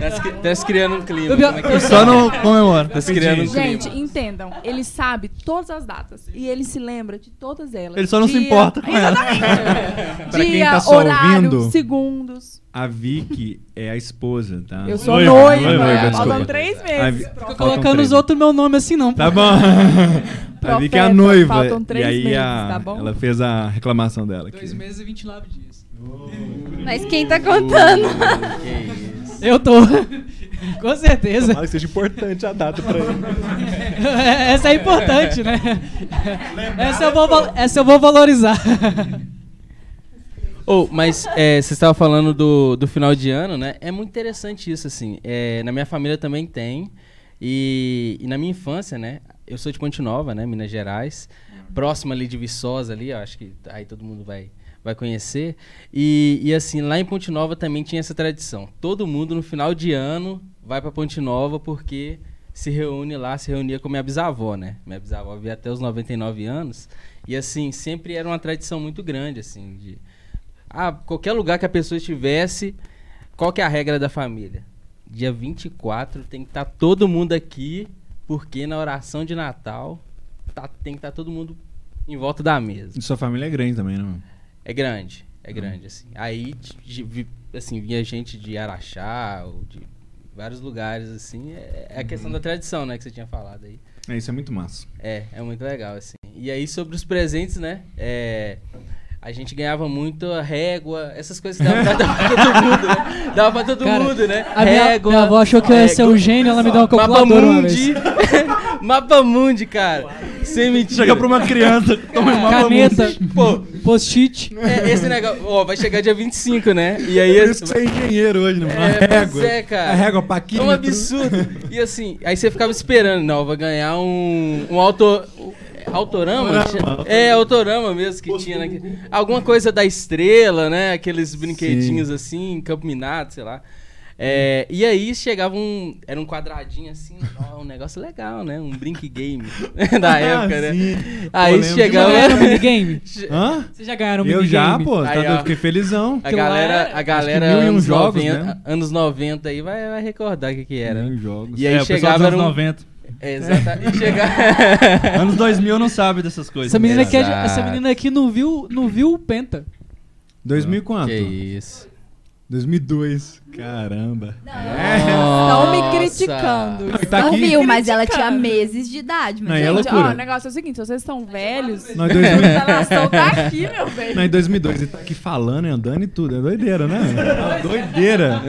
Tá se, cri- tá se criando um clima. Eu vi- Como é que eu é? só não comemora. Tá se criando um clima. Gente, entendam, ele sabe todas as datas e ele se lembra de todas elas. Ele só não se importa com ela. Exatamente. Pra quem Dia, tá só horário, ouvindo- segundos. A Vicky é a esposa, tá? Eu sou Noiva. noiva. Noiva, Faltam desculpa. três meses. A Vi- Fica faltam colocando três. os outros meu nome assim, não. Tá pô. bom. a Vicky é a Profeta, noiva. faltam três e aí meses, a- tá bom? ela fez a reclamação dela. Dois que- meses e 29 dias. Mas quem tá contando? Eu tô. Com certeza. Tomara que seja importante a data pra ele. Essa é importante, né? Essa eu vou, val- essa eu vou valorizar. Ô, mas é, você estava falando do, do final de ano, né? É muito interessante isso, assim. É, na minha família também tem. E, e na minha infância, né? Eu sou de Ponte Nova, né? Minas Gerais. Próxima ali de Viçosa, ali. ó, Acho que aí todo mundo vai, vai conhecer. E, e assim, lá em Ponte Nova também tinha essa tradição. Todo mundo no final de ano vai para Ponte Nova porque se reúne lá, se reunia com minha bisavó, né? Minha bisavó vivia até os 99 anos. E assim, sempre era uma tradição muito grande, assim, de... Ah, qualquer lugar que a pessoa estivesse, qual que é a regra da família? Dia 24 tem que estar todo mundo aqui, porque na oração de Natal tá- tem que estar todo mundo em volta da mesa. E Sua família é grande também, né? mano? É grande, é grande, assim. Aí, de- de- vi- assim, vinha gente de Araxá, ou de vários lugares, assim. É, é a questão da tradição, né, que você tinha falado aí. É, isso é muito massa. É, é muito legal, assim. E aí, sobre os presentes, né? É, a gente ganhava muito a régua, essas coisas que dava pra, dava pra todo mundo, né? Dava pra todo Cara, mundo, né? A minha, Régua, minha avó achou que eu ia ser régua. um gênio, ela me deu uma calculadora uma vez. Mapamundi. Mapamundi, cara. Sem mentira. Chega pra uma criança, toma um uma Caneta, Pô, post-it. é, esse negócio... Ó, vai chegar dia 25, né? E aí... Por isso que você é engenheiro hoje, né? mano? É, A pois régua. é, cara. A régua É paquímetro. um absurdo. E assim, aí você ficava esperando, não, vai ganhar um, um auto... Autorama? É, Autorama mesmo que tinha, né? Alguma coisa da estrela, né? Aqueles brinquedinhos assim, campo minado, sei lá. É, e aí chegava um. Era um quadradinho assim, ó, um negócio legal, né? Um brinque game da época, né? Ah, Sim. Aí Pô, chegava. lembro Vocês já ganharam um minigame? Hã? Vocês já ganharam um Eu minigame? já, pô. tá Aí, doido, ó. eu fiquei felizão. A que lá era- galera, a galera mil e um anos, jogos, 90, né? anos 90 aí vai, vai recordar o que, que era. Nem um jogos. E aí é, o pessoal dos chegava. anos era um- 90. É, exatamente. E chegava. Anos 2000 não sabe dessas coisas. Essa menina, é aqui, Exato. essa menina aqui não viu, não viu o Penta. 2000 e quanto? Que isso. 2002. Caramba. Estão me Nossa. criticando. E tá Estão Não aqui- viu, mas ela tinha criticando. meses de idade. Mas Não, e é Gente, loucura. ó, o negócio é o seguinte, se vocês estão velhos, Nós dois a instalação tá aqui, meu bem. Não, em 2002, ele tá aqui falando, e andando e tudo. É doideira, né? É doideira.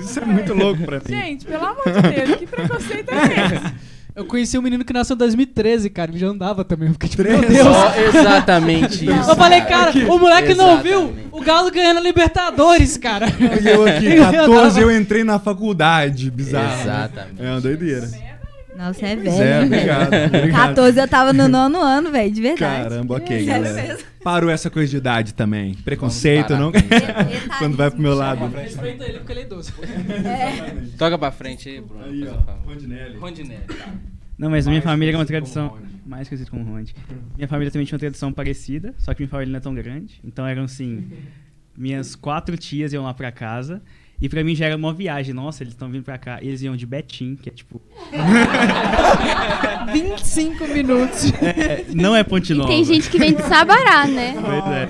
Isso é muito louco pra mim. Gente, pelo amor de Deus, que preconceito é esse? Eu conheci um menino que nasceu em 2013, cara. Ele já andava também. Eu fiquei tipo, meu Treze? Deus. Ó, exatamente isso. Eu falei, cara, o moleque não viu Exatamente. o Galo ganhando a Libertadores, cara. é Eu aqui, 14, eu entrei na faculdade, bizarro. né? Exatamente. É uma doideira. Nossa, é Pois velho. é, hein, obrigado, velho? obrigado. 14 eu tava no nono ano, velho, de verdade. Caramba, ok, Sério galera. mesmo. Parou essa coisa de idade também. Preconceito, não? É Quando vai pro meu lado. Respeita ele porque ele é doce. É. Toca pra frente aí, Bruno. Aí, ó. Rondinelli. Rondinelli, tá. Não, mas na minha Mais família é uma conhecido tradição. como Mais conhecido como Ronde. Minha família também tinha uma tradição parecida, só que minha família não é tão grande. Então eram assim. Minhas quatro tias iam lá pra casa. E pra mim já era uma viagem. Nossa, eles estão vindo pra cá. E eles iam de Betim, que é tipo. 25 minutos. É, não é Ponte E Nova. tem gente que vem de Sabará, né? Pois é.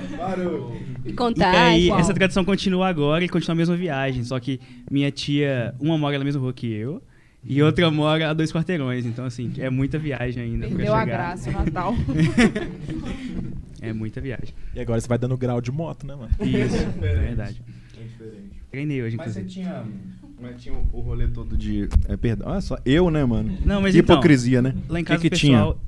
E Tá E é contar. aí, essa tradição continua agora e continua a mesma viagem. Só que minha tia, uma mora na mesma rua que eu. E outra mora a dois quarteirões, então assim, é muita viagem ainda pra Perdeu chegar. a graça o Natal. é muita viagem. E agora você vai dando grau de moto, né, mano? Isso, É é diferente. verdade. É diferente. Treinei hoje, Mas é você inclusive. tinha, mas tinha o rolê todo de. É, perdão. Olha só, eu, né, mano? Não, mas Que então, hipocrisia, né? Lá em Que casa que, o pessoal...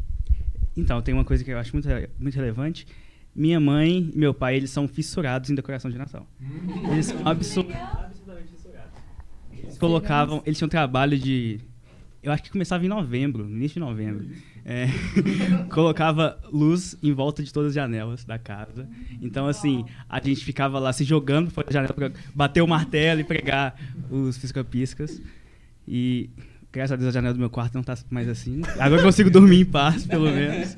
Então, tem uma coisa que eu acho muito, re- muito relevante. Minha mãe e meu pai, eles são fissurados em decoração de Natal. Eles são absur- é Eles colocavam... Eles tinham trabalho de... Eu acho que começava em novembro, no início de novembro. É, colocava luz em volta de todas as janelas da casa. Então, assim, a gente ficava lá se jogando fora da janela pra bater o martelo e pregar os pisca-piscas. E graças a Deus a janela do meu quarto não tá mais assim. Agora eu consigo dormir em paz, pelo menos.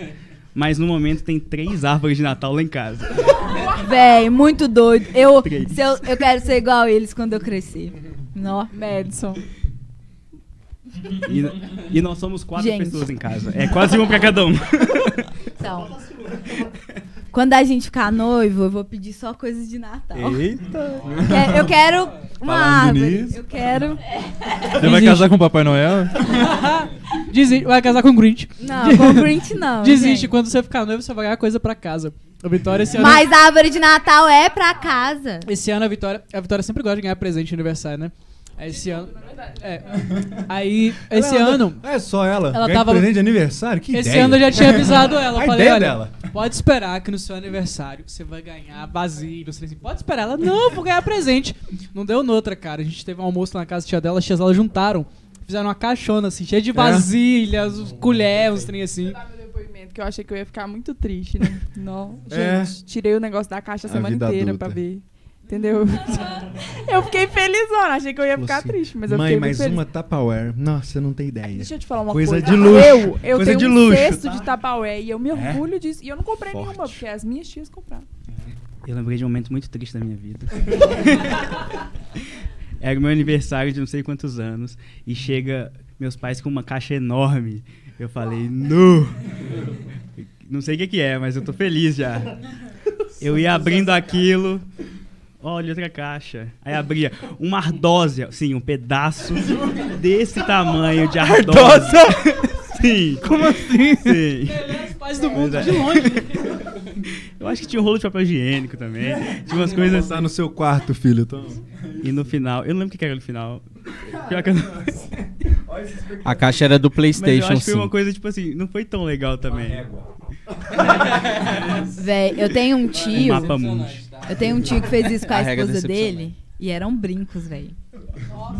Mas no momento tem três árvores de Natal lá em casa. Véi, muito doido. Eu, Três. se eu, eu quero ser igual a eles quando eu crescer. Nó. Madison. E, e nós somos quatro Gente. pessoas em casa. É quase um pra cada um. Então, quando a gente ficar noivo, eu vou pedir só coisas de Natal. Eita! Que- é, Eu quero uma Falando árvore. nisso. Eu quero. Você vai casar com um o Papai Noel? Desiste, vai casar com o Grinch. Não, com o Grinch não, Desiste, gente. quando você ficar noivo, você vai ganhar coisa pra casa. A Vitória esse ano. Mas a árvore de Natal é pra casa. Esse ano a Vitória. A Vitória sempre gosta de ganhar presente de aniversário, né? Aí Esse ano. É. Aí, esse Ela- ano. É só ela. Ela Ganha de tava- presente de aniversário? Que Esse ideia. ano eu já tinha avisado ela. A falei, ideia olha, dela. pode esperar que no seu aniversário você vai ganhar vasilha. Você assim, pode esperar. Ela, não, vou ganhar presente. Não deu noutra, cara. A gente teve um almoço lá na casa da tia dela, as tias dela juntaram. Fizeram uma caixona, assim, cheia de vasilhas, colheres, uns trem assim. depoimento que eu achei que eu ia ficar muito triste, né? Não. É. Gente, tirei o negócio da caixa a A semana vida inteira adulta. pra ver. Entendeu? eu fiquei felizona, achei que eu ia Falou ficar assim, triste, mas eu Mãe, fiquei mais muito feliz. uma Tupperware. Nossa, você não tem ideia. Deixa eu te falar uma coisa. coisa. de luxo. Eu, eu coisa tenho de um luxo. cesto tá? de tapaué e eu me É? orgulho disso. E eu não comprei Forte. nenhuma, porque as minhas tias compraram. Eu lembrei de um momento muito triste da minha vida. Era o meu aniversário de não sei quantos anos e chega meus pais com uma caixa enorme. Eu falei, nu! Não sei o que, que é, mas eu tô feliz já. Eu ia abrindo aquilo. Olha outra caixa. Aí abria uma ardósia, sim, um pedaço desse tamanho de ardósia. sim. Como assim? Sim. Melhores pais do Pois mundo, é. de longe. Eu acho que tinha um rolo de papel higiênico também. Tinha umas coisas. Tá no seu quarto, filho. Então... E no final, eu não lembro o que que era no final. Pior que eu não sei. A caixa era É do Mas eu PlayStation acho que foi 5. uma coisa, tipo assim, não foi tão legal também. Véi, eu tenho É um tio. Um mapa mundi. Eu tenho um tio que fez isso com a, A regra esposa decepcionante. dele. E eram brincos, velho.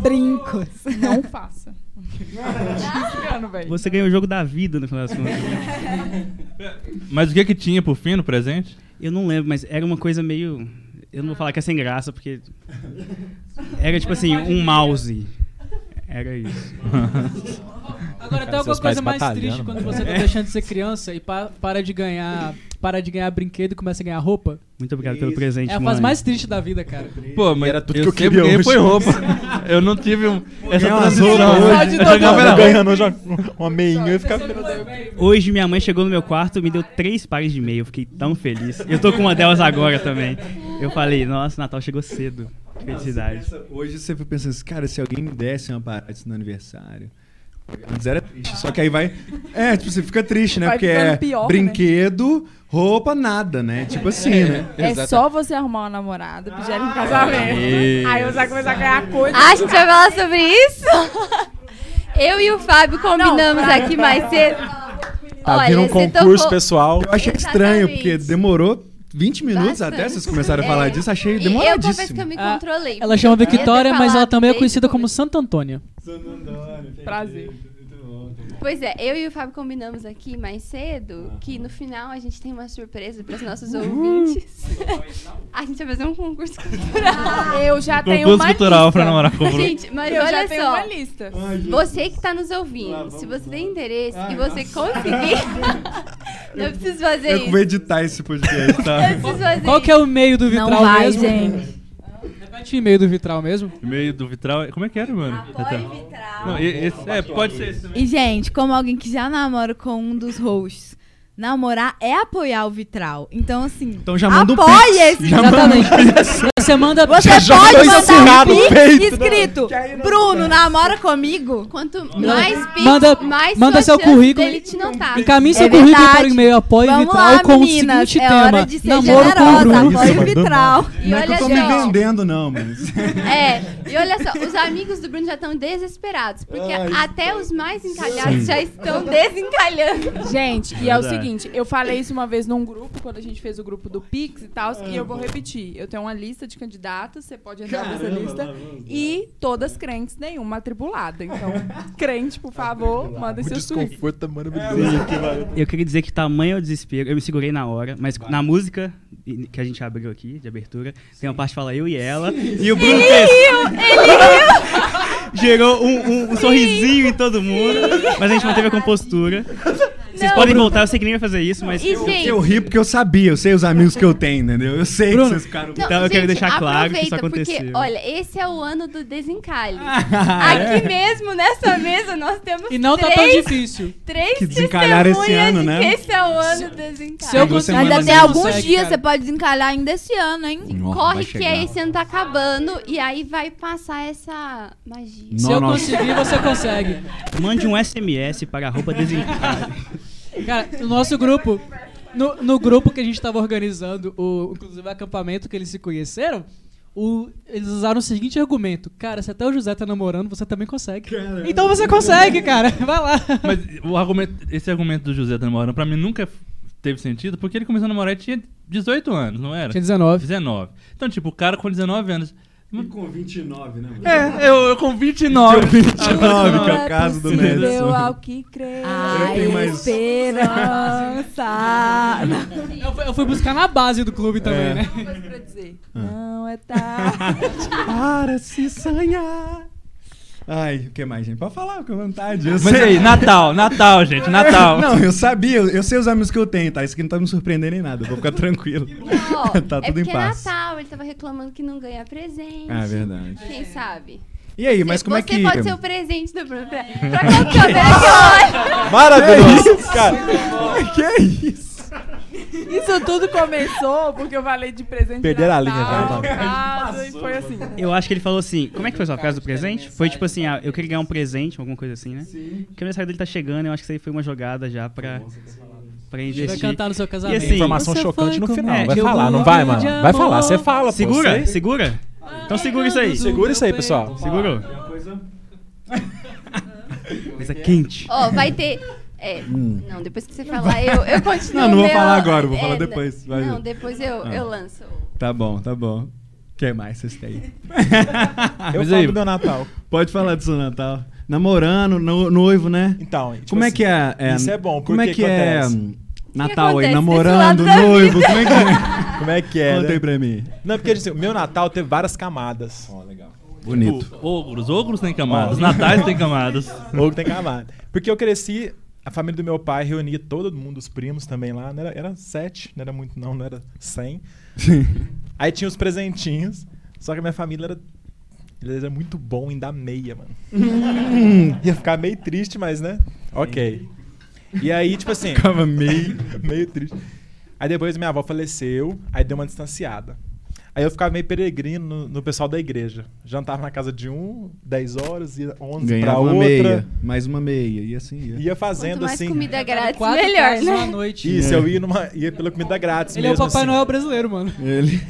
Brincos. Não faça. Descano, velho. Você ganhou o jogo da vida no final das contas. Mas o que que tinha por fim no presente? Eu não lembro, mas era uma coisa meio. Eu não vou falar que é sem graça, porque. Era tipo assim, um mouse. Era isso. Agora tem alguma coisa mais triste né? quando você tá deixando de ser criança e pa- para de ganhar. Para de ganhar brinquedo e começa a ganhar roupa? Muito obrigado pelo presente, É a fase mãe. mais triste da vida, cara. Pô, mas era tudo eu que eu sempre queria ganhei hoje. foi roupa. Eu não tive um, essa Ganhar umas né? transição. roupas Eu hoje. jogava Eu tava era roupa. ganhando hoje uma meinha e ficava. Hoje minha mãe chegou no meu quarto e me deu três pares de meia. Eu fiquei tão feliz. Eu tô com uma delas agora também. Eu falei, nossa, Natal chegou cedo. Felicidade. Não, Ah, você pensa- hoje você fica pensando assim, cara, se alguém me desse uma parada disso no aniversário. Antes era triste, só que aí vai. É, tipo, você fica triste, né? Vai Porque ficando é pior, né? brinquedo, roupa, nada, né? Tipo assim, né? É só você arrumar uma namorada, pedir ela em Ah, casamento. Isso. Aí você vai começar a ganhar coisa. Ah, a gente vai falar sobre isso? Eu e o Fábio combinamos aqui mais cedo. Tá Olha, vindo um você concurso, tocou- pessoal. Eu achei estranho, porque demorou 20 minutos Bastante. até vocês começaram a falar É. disso. Achei E Eu confesso que eu demoradíssimo. me controlei. Ah, Ela chama Eu ia ter Victoria, mas ela falado também é desde conhecida como Santa Antônia. Prazer. Pois é, eu e o Fábio combinamos aqui mais cedo que no final a gente tem uma surpresa para os nossos ouvintes. a gente vai fazer um concurso Ah. cultural. Eu já tenho Concurso uma cultural lista. pra namorar com o Bruno. Gente, mas Eu já olha tenho só. uma lista. Ai, Jesus. você que está nos ouvindo, se você tem interesse e você conseguir. eu preciso fazer Eu isso. vou editar esse podcast, tá? Eu preciso fazer Qual que é o meio do Não vitral vai, mesmo? gente. Repete o e-mail do vitral mesmo. E-mail do vitral. é- Como é que era, mano? Apoio vitral. Não, e- esse- é, pode ser esse também. E, gente, como alguém que já namora com um dos hosts, namorar é apoiar o vitral. Então, assim, Então já manda um apoia pix. esse Já manda um Exatamente. Você manda Você Já joga pode isso mandar assinado um no pix peito. né? escrito Bruno, namora comigo? Quanto mais pix, Manda- mais sua manda seu chance currículo dele te notar. Encaminhe É seu currículo verdade. para o um e-mail apoio Vamos vitral lá, com o meninas, seguinte é tema. hora de ser namoro com o generosa, Bruno. apoia o vitral. E é Não é que eu olha tô me só. vendendo, não, mas. É, e olha só, os amigos do Bruno já estão desesperados, porque até os mais encalhados já estão desencalhando. Gente, e é o Verdade. seguinte, eu falei isso uma vez num grupo, quando a gente fez o grupo do Pix e tal, e eu vou repetir. Eu tenho uma lista de candidatas, você pode entrar nessa Caramba, lista. vamos. E todas crentes, nenhuma atribulada. Então, crente, por favor, manda O seu tweet. desconforto tá maravilhoso. Eu queria dizer que tamanho é o desespero. Eu me segurei na hora, mas na música que a gente abriu aqui, de abertura, tem uma parte que fala eu e ela. E o Bruno fez. Gerou um, um- um sorrisinho em todo mundo, mas a gente manteve a compostura. Vocês podem voltar, eu sei que nem vai fazer isso, mas E, gente- Eu ri porque eu sabia, eu sei os amigos que eu tenho, entendeu? Eu sei Bruno, que vocês ficaram. Não, Então eu quero gente, deixar claro que isso aproveita, aconteceu. Porque, olha, esse é o ano do desencalhe. Ah, Aqui é? mesmo, nessa mesa, nós temos E não tá três, tão difícil. Três Que desencalharam esse testemunhas ano, de né? que esse é o ano do desencalhe. Se eu Duas conseguir- Ainda semanas tem você alguns consegue, dias, cara. você pode desencalhar ainda esse ano, hein? Nossa, vai Corre que chegar. aí esse ano tá acabando e aí vai passar essa magia. Se eu Não, não. conseguir, você consegue. Mande um SMS para arroba desencalhe. Cara, no nosso grupo, no, no grupo que a gente tava organizando, o, inclusive o acampamento que eles se conheceram, o- eles usaram o seguinte argumento: Cara, se até o José tá namorando, você também consegue. Então você consegue, cara. Vai lá. Mas o argumento, esse argumento do José tá namorando, pra mim nunca f- teve sentido, porque ele começou a namorar e tinha 18 anos, não era? Tinha 19. 19. Então, tipo, o cara com 19 anos. Com 29, né? mano? É, eu, eu com 29. Eu 29, Agora- que é o caso do Mendes. Deu ao que crer. Ai, tenho mais- esperança. Eu fui, eu fui buscar na base do clube também, É. Ah. né? Não é tarde. Para se sonhar. Ai, o que mais, gente? Pode falar, com vontade. eu Mas sei. aí, Natal, Natal, gente, Natal. Não, eu sabia, eu, eu sei os amigos que eu tenho, tá? Isso aqui não tá me surpreendendo em nada, eu vou ficar tranquilo. Ó, tá é tudo porque em é paz. Natal, ele tava reclamando que não ganha presente. Ah, verdade. Quem sabe? E aí, mas como é que. Você pode ser o presente do Bruno. Pra, pra qual câmera que eu olho? Maravilhoso, Que isso? cara. Que é isso? Isso tudo começou porque eu falei de presente. de Perderam a Natal, então. linha, velho. casa, E foi assim. Eu acho que ele falou assim, como é que foi sua frase do presente? Foi tipo assim, ah, eu queria ganhar um presente, alguma coisa assim, né? Sim. Porque o aniversário dele tá chegando, eu acho que isso aí foi uma jogada já pra, pra investir. Vai cantar no seu casamento. E assim, Informação Você chocante foi no com final. médio Vai falar, não amor vai, mano? de Vai falar, amor. você fala, pô. Segura, você- segura. Então segura isso aí. Segura isso aí, pessoal. Segurou. é Coisa quente. Ó, vai ter. É, Não, depois que você falar, eu, eu continuo. Hum. Não, não vou meu- falar agora, vou é, falar não- depois, vai. Não, depois eu, Ah. eu lanço. Tá bom, tá bom. O que mais vocês têm? Eu Mas falo aí, do meu Natal. Pode falar do seu Natal. Namorando, no- noivo, né? Então, tipo como é assim, que é, isso é bom, Como é porque que é acontece. hum, Natal aí? acontece Namorando, desse lado da noivo, como é que é? Como é que é? Conta aí né? pra mim. Não, porque assim, o meu Natal teve várias camadas. Bonito. Tipo, ogros, ogros tem camadas, natais tem camadas. Logo tem camada. Porque eu cresci, a família do meu pai reunia todo mundo, os primos também lá. Não era, era sete, não era muito, não, não era cem. Aí tinha os presentinhos, só que a minha família era. Eles eram muito bom em dar meia, mano. Hum. Ia ficar meio triste, mas né? Ok. E aí, tipo assim. Ficava meio. meio triste. Aí depois minha avó faleceu, aí deu uma distanciada. Aí eu ficava meio peregrino no, no pessoal da igreja. Jantava na casa de um, 10 horas, ia 11 pra Ganhava uma outra. meia, mais uma meia, e assim ia. Ia Quanto fazendo mais assim. comida grátis, Quatro melhor, reais uma né? noite. Isso, É. eu ia, numa, ia pela comida grátis Ele é o mesmo. Papai assim. Noel brasileiro, mano. Ele.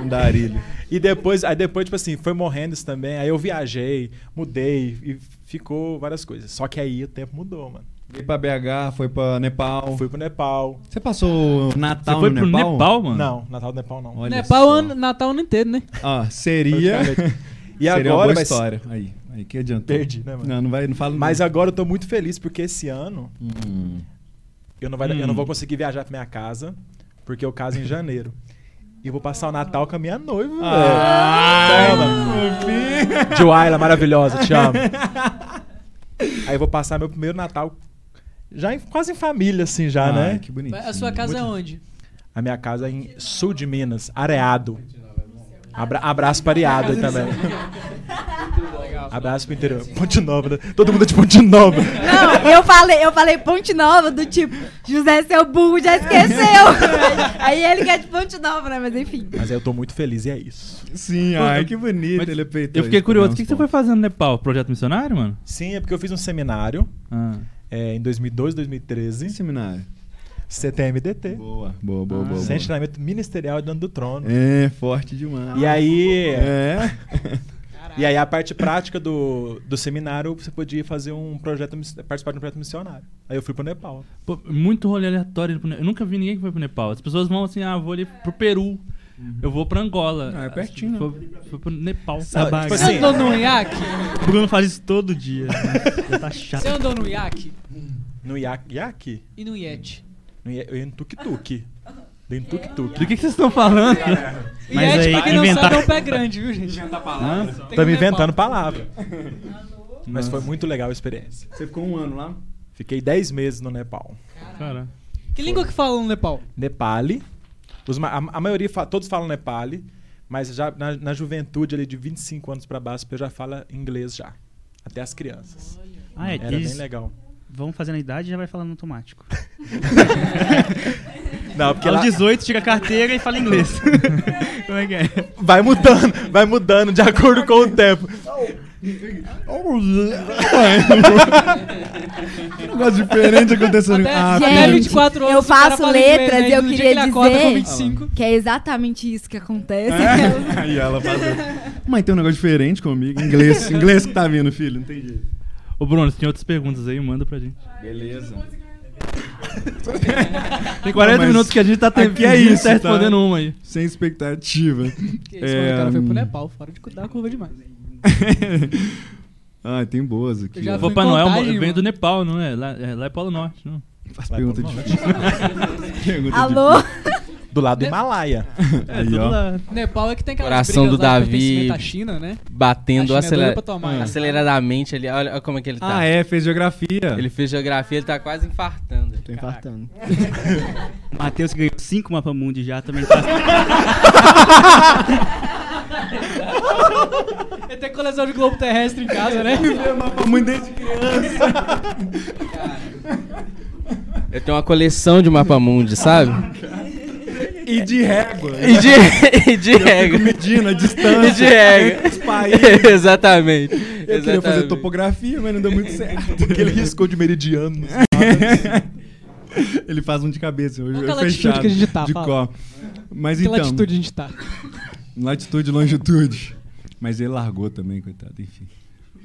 Um darilho. E depois, aí depois, tipo assim, foi morrendo isso também. Aí eu viajei, mudei e ficou várias coisas. Só que aí o tempo mudou, mano. Veio pra BH, foi pra Nepal. Fui pro Nepal. Você passou o Natal Você foi no pro Nepal? Nepal, mano? Não, Natal do Nepal não. Olha Nepal, só. ano, Natal ano inteiro, né? Ah, seria. Praticamente. E seria agora, uma boa mas- história. Aí. Aí que adiantou. Perdi, né, mano? Não, não vai, não falo. Mas agora eu tô muito feliz porque esse ano Hum. eu não, vai, eu Hum. não vou conseguir viajar pra minha casa, porque eu caso em janeiro. E eu vou passar o Natal com a minha noiva, Ai, velho. Toma. fofinho. Joaila, maravilhosa, te amo. Aí eu vou passar meu primeiro Natal já em- quase em família, assim, já, Ai, né? que bonito. A sua casa é onde? A minha casa é em sul de Minas, Areado. Abra- abraço para Areado aí também. Abraço pro interior. Ponte Nova. né? Todo mundo é de Ponte Nova. Não, eu falei, eu falei Ponte Nova do tipo, José, seu burro já esqueceu. Aí ele quer de Ponte Nova, né? Mas enfim. Mas eu tô muito feliz e é isso. Sim, ai, que bonito. ele é Eu fiquei curioso, o que, que você foi fazer no Nepal? Projeto missionário, mano? Sim, é porque eu fiz um seminário Ah. é, em 2012, 2013. Seminário. CTMDT. Boa, boa, boa, boa. Sem Ah. treinamento ministerial dentro do trono. É, forte demais. E aí. É. E aí a parte prática do, do seminário, você podia fazer um projeto, miss- participar de um projeto missionário. Aí eu fui pro Nepal. Pô, muito rolê aleatório. indo pro Ne- Eu nunca vi ninguém que foi pro Nepal. As pessoas vão assim, ah, vou ali pro Peru. Eu vou pra Angola. Ah, é As- né? pertinho, Foi, foi pro Nepal. tipo Você assim, andou no iaque? O Bruno faz isso todo dia. Já tá chato. Você andou no iaque No iaque. iaque? e no iete? No ia- Eu ia no tuk-tuk. Dei no tuk-tuk. Do que, que vocês estão falando? Mas É. iete, pra quem não sabe, é um pé grande, viu, gente? Hã? Tem que Tá me levar. inventando palavra. Mas foi muito legal a experiência. Você ficou um ano lá? Fiquei 10 meses no Nepal. Cara. Que língua que fala no Nepal? Nepali. Os ma- a, a maioria, fa- todos falam Nepali, mas já na, na juventude ali de 25 anos pra baixo, eu já falo inglês já. Até as crianças. Ah, é, Era eles- bem legal. Vão fazendo a idade e já vai falando automático. Não, porque Aos lá- 18 tira a carteira e fala inglês. Como é que é? Vai mudando, vai mudando de acordo com o tempo. Um negócio diferente acontecendo. Até- Ah, até filho. 24 anos, eu o cara faço fala inglês, letras né? aí e eu no dia queria que ele acorda com dizer 25. que é exatamente isso que acontece. É. É. Aí ela fazendo. Mas tem um negócio diferente comigo. Inglês, inglês que tá vindo, filho. Não tem jeito. Ô, Bruno, se tem outras perguntas aí, manda pra gente. Beleza. Tem 40 minutos que a gente tá tendo- Aqui é a gente isso, tá respondendo uma aí. Sem expectativa. Que É, isso, quando o cara foi pro hum, Nepal, fora de cuidar a curva demais. ah, tem boas aqui. Eu já ó. fui Papai Noel Contagem, vem mano. do Nepal, não é? Lá é, lá é Polo Norte. Não. Faz pergunta Vai, difícil. Pergunta Alô? Do lado É. do Himalaia. difícil. Aí, ó. Nepal é que tem aquelas Coração do brigas lá de pertencimento Davi à China, né? batendo A China é doida acelera- Ah, pra tomar. aceleradamente ali. Olha, olha como é que ele tá. Ah, é, fez geografia. Ele fez geografia, ele tá quase infartando. Tô infartando. O Matheus que ganhou 5 mapa mundi já também assim. tá. Ele tem coleção de globo terrestre em casa, né? Muito desde criança. Eu tenho uma coleção de mapa mundi, sabe? É, E de régua. E de, e de Eu fico regra. medindo a distância. E de regra. entre Os países. Exatamente. Eu queria fazer Exatamente. topografia, mas não deu muito certo. Porque ele riscou de meridiano. Ele faz um de cabeça, eu, Qual que é a eu latitude fechado, que a gente tá, de fala? cor. Mas Que então, latitude a gente tá? latitude e longitude. Mas ele largou também, coitado, enfim.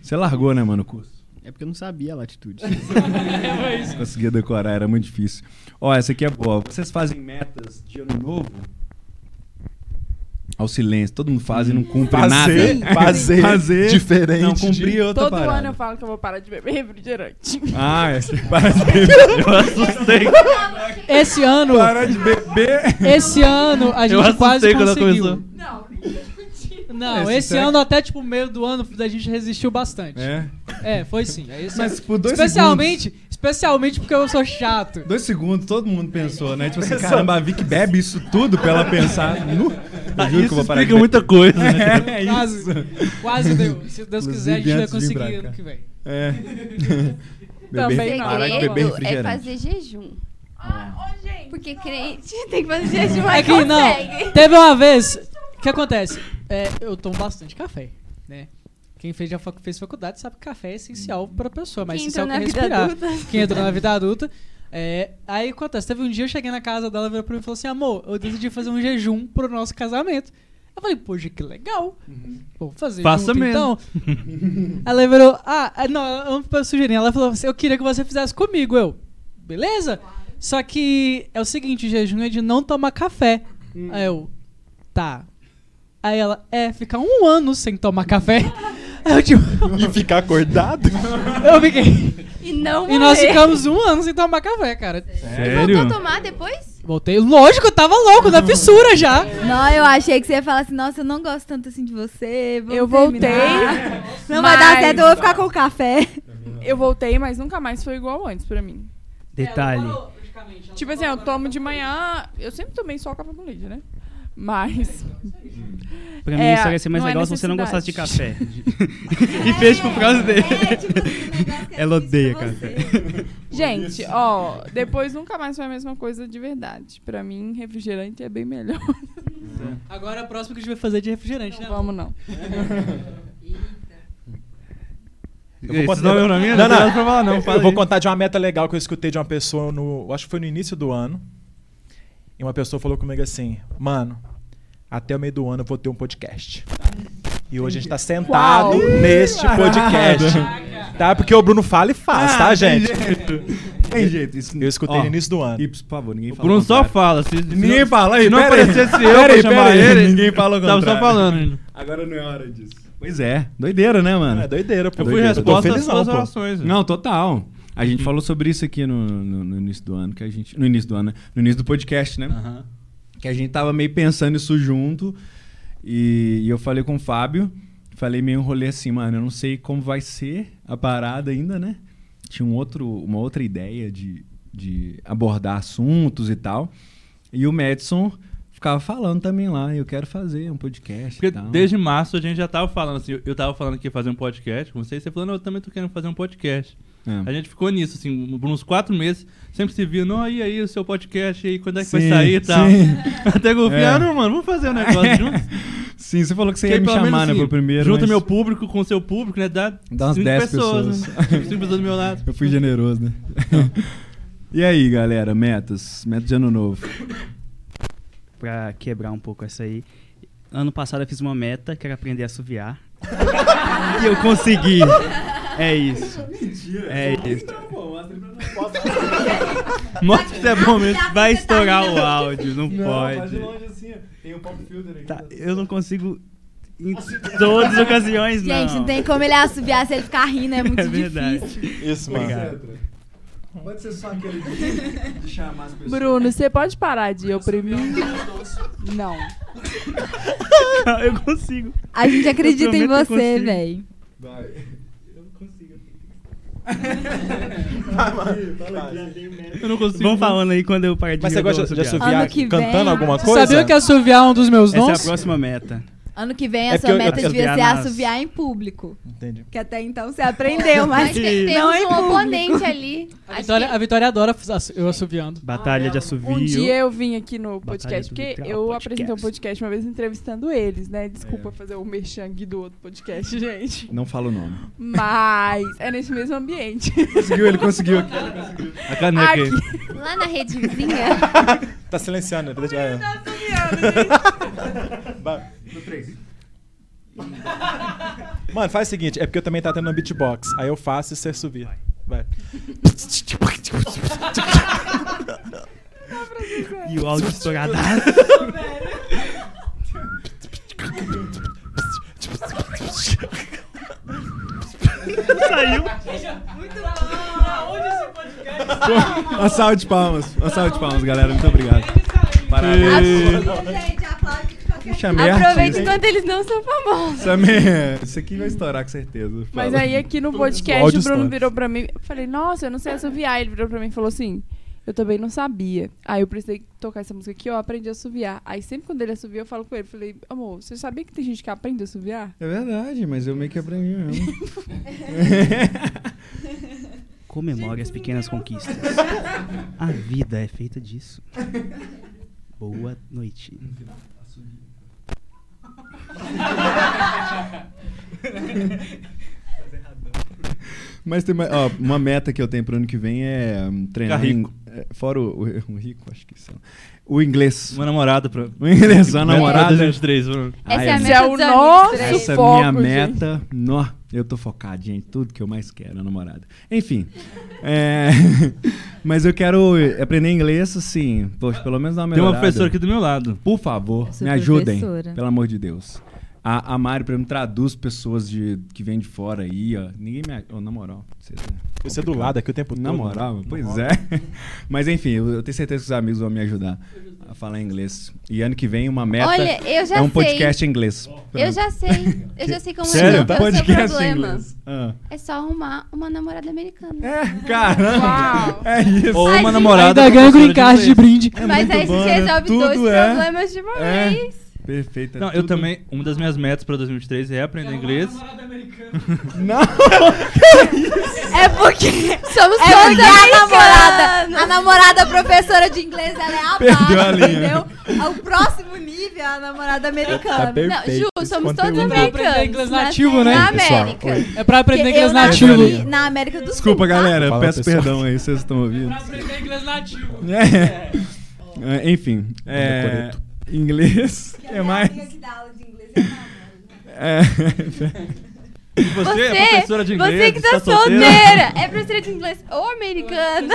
Você largou, né, mano, o curso? É porque eu não sabia a É, latitude. Não Conseguia decorar, era muito difícil. Ó, essa aqui é boa. Vocês fazem metas de ano novo? Ao silêncio, todo mundo faz e não cumpre Fazer- nada. fazer diferente. Não cumprir é outra Todo parada. ano eu falo que eu vou parar de beber refrigerante. Ah, é, você para de beber. Eu assustei. Esse ano, Para de beber. esse ano a Eu gente quase assustei quando ela conseguiu. começou. Não, Esse esse sec- ano até tipo meio do ano a gente resistiu bastante. É. É, foi sim. É isso. Mas por dois especialmente, especialmente porque eu sou chato. Dois segundos, todo mundo pensou, né? Tipo assim, caramba, a Vic bebe isso tudo pra ela pensar. Nu, eu juro que eu vou parar de Explica muita coisa, né? beber. É, é isso. Quase, quase deu. Se Deus Inclusive, quiser, a gente vai antes de vir pra conseguir ano cá. que vem. É. Também Beber- não. parar de beber segredo é refrigerante. fazer jejum. Porque crente tem que fazer jejum, É aí que não. consegue. Teve uma vez. O que acontece? É, eu tomo bastante café, né? Quem fez, já fa- fez faculdade sabe que café é essencial pra pessoa, mas Quem essencial entrou que na é vida respirar. adulta. Quem entrou na vida adulta. É, aí acontece, teve um dia eu cheguei na casa dela, virou pra mim e falou assim: amor, eu decidi fazer um jejum pro nosso casamento. Eu falei, poxa, que legal. Vou fazer Uhum. Faça junto, mesmo. então. Ela virou, ah, ah, não, eu sugeri. Ela falou assim, eu queria que você fizesse comigo. Eu, beleza? Só que é o seguinte, o jejum é de não tomar café. Aí eu, tá. Aí ela, é, ficar um ano sem tomar café. Aí eu, tipo, E ficar acordado? eu fiquei. E não E nós morrer. ficamos um ano sem tomar café, cara. É. Voltou a tomar depois? Voltei, lógico, eu tava louco, na fissura já. Não, eu achei que você ia falar assim, nossa, eu não gosto tanto assim de você. vamos Eu voltei. terminar. Não vai dar Mas- certo, eu vou ficar com o café. Eu voltei, mas nunca mais foi igual antes pra mim. Detalhe. Tipo assim, eu tomo de manhã. Eu sempre tomei só café com leite, né? Mas. Pra mim, É, isso ia ser mais não é legal se você não gostasse de café. necessidade. É, tipo e fez por causa dele. assim, Ela odeia café. Gente, ó, depois nunca mais foi a mesma coisa de verdade. Pra mim, refrigerante é bem melhor. Agora é o próximo que a gente vai fazer de refrigerante, né? Vamos não. Eu vou Esse não é o nome, não tem nada pra falar, não. Fala eu vou aí. contar de uma meta legal que eu escutei de uma pessoa no. eu Acho que foi no início do ano. E uma pessoa falou comigo assim: Mano, até o meio do ano eu vou ter um podcast. E hoje a gente tá sentado Uau! neste Ih, podcast. caraca! Tá? Porque o Bruno fala e faz, Ah, tá, tem gente? jeito. Tem jeito. Isso, Eu escutei ó, no início do ano. E, por favor, ninguém fala. Bruno o só fala. contrário. Se, se Ninguém não- fala aí, se não pera aí. aparecesse eu Pera pra aí, chamar pera aí. ele. Ninguém fala o Tava só contrário. falando. Agora não é hora disso. Pois é, doideira, né, mano? É doideira, pô. Eu fui Doideira. resposta às suas orações, velho. Uhum. Não, total. A gente falou sobre isso aqui no, no- no início do ano, que a gente. No início do ano, né? No início do podcast, né? Que a gente tava meio pensando isso junto. E, e eu falei com o Fábio, falei meio um rolê assim, mano, eu não sei como vai ser a parada ainda, né? Tinha um outro, uma outra ideia de, de abordar assuntos e tal. E o Madison ficava falando também lá, eu quero fazer um podcast Porque e tal. desde março a gente já tava falando assim, eu- eu tava falando que ia fazer um podcast com você, e você falando, eu também tô querendo fazer um podcast. É. A gente ficou nisso, assim, por uns quatro meses, sempre se via, não, e aí o seu podcast, e aí quando é que Sim, vai sair e tal. sim. Até que eu falei, É. ah, não, mano, vamos fazer um negócio juntos. Sim, você falou que você Que ia aí, me pelo menos, chamar, né, assim, pro primeiro. Junta mas meu público com o seu público, né, dá, Dá umas cinco 10 pessoas. pessoas. né? Cinco pessoas do meu lado. Eu fui generoso, né? e aí, galera, metas? Metas de ano novo. pra quebrar um pouco essa aí. Ano passado eu fiz uma meta, que era aprender a assoviar. e eu consegui. É isso. É isso. então, Mostra se é bom Tá, mesmo. Vai estourar o áudio, não, pode. assim, tem um pop filter aqui. Tá, eu não consigo em todas as ocasiões, não. Gente, não tem como ele assobiar se ele ficar rindo, é muito É verdade. difícil. Isso, mano. Pode ser só aquele de, de chamar as pessoas. Bruno, você pode parar de oprimir? Não. Eu consigo. A gente acredita em prometo que eu você, consigo. velho. Vai. Eu não consigo. Eu não consigo. Vão falando aí quando eu parar de Mas você eu vou gosta de assoviar. assoviar Ano que vem, né? cantando alguma Você coisa? Sabia que assoviar é um dos meus Essa é a dons? próxima meta. Ano que vem a É porque sua eu- meta eu- devia assoviar ser nas- assoviar em público. Entendi. Que até então você aprendeu, mas tem- temos não em um público. oponente ali. A Vitória, a Vitória adora asso- eu assoviando. Ah, Batalha de assovio. Um dia eu vim aqui no Batalha podcast, do porque Literal eu Podcast. É. apresentei um podcast uma vez entrevistando eles, né? Desculpa fazer o merchan aqui do outro podcast, gente. Não fala o nome. Mas é nesse mesmo ambiente. Conseguiu, ele conseguiu. A caneca aí. Aqui. Lá na rede vizinha. Tá silenciando. né? Deixa- Vai. Mano, faz o seguinte, é porque eu também tá tendo um beatbox. Aí eu faço e você subir. Vai. tipo, E o áudio estourado. Saiu. Uma salva de palmas. Uma salva de palmas, galera. Muito obrigado. Aplausos, Parabéns. gente, tá aplausos tá de tá qualquer Chamei Aproveita artista. enquanto eles não são famosos. Samir, é isso aqui vai estourar com certeza. Mas Fala. aí é aqui no O podcast áudio o Bruno estoura. virou pra mim. Eu falei, nossa, eu não sei assoviar. Ele virou pra mim e falou assim. Eu também não sabia. Aí eu precisei tocar essa música aqui, eu aprendi a assoviar. Aí sempre quando ele assovia, eu falo com ele. Falei, amor, você sabia que tem gente que aprende a assoviar? É verdade, mas eu meio que aprendi mesmo. Comemore as pequenas conquistas. A vida é feita disso. Boa noite. tá Mas tem uma, ó, uma meta que eu tenho pro ano que vem é hum, treinar. Ficar em- rico. é, fora o, o- o rico, acho que são. O inglês. Uma namorada pra... O inglês, a namorada. 2023, Bruno. Essa Ai, é a Esse eu- é meta o dos amigos, nosso- né? Essa é foco, minha gente. meta. Nó, eu tô focado, gente. Tudo que eu mais quero, é a namorada. Enfim. é, mas eu quero aprender inglês, assim. Poxa, pelo menos dar uma Tem uma melhorada. professora aqui do meu lado. Por favor, sou me ajudem. professora. Pelo amor de Deus. A, a Mari, por exemplo, traduz pessoas de, que vêm de fora aí, ó. Ninguém me. Oh, na moral. Você, Você é do lado aqui o tempo Na todo, moral, né? pois Nossa. é. Mas enfim, eu, eu tenho certeza que os amigos vão me ajudar a falar inglês. E ano que vem, uma meta. Olha, eu já É um sei. podcast em inglês. Eu já sei. Eu já sei como Sério? é o meu Podcast em problema. inglês. Ah. É só arrumar uma namorada americana. É, caramba. É isso. Ou uma Ai, namorada. Ainda ganha professora green card de inglês. brinde. gente, Mas aí você resolve dois problemas de uma é. vez. Perfeito. é Não, eu também. Uma das minhas metas pra 2023 é aprender inglês. Não! É porque é somos todos porque a americanos. namorada, a namorada professora de inglês, ela é a Perdeu a base, linha. entendeu? É O próximo nível é a namorada americana. Tá perfeito Ju, somos todos conteúdo. é americanos. Pra aprender nascemos inglês nativo, né? Na Pessoal, América. oi. É pra aprender Porque inglês eu nativo. nasci Na América do Sul. Desculpa, tá? galera. Fala, peço pessoal. perdão aí, vocês estão ouvindo. Aprender inglês nativo. É. É, Enfim, é, Coreto. inglês é mais. É. E você, Você, é professora de inglês. você que tá está solteira. é professora de inglês ou americana.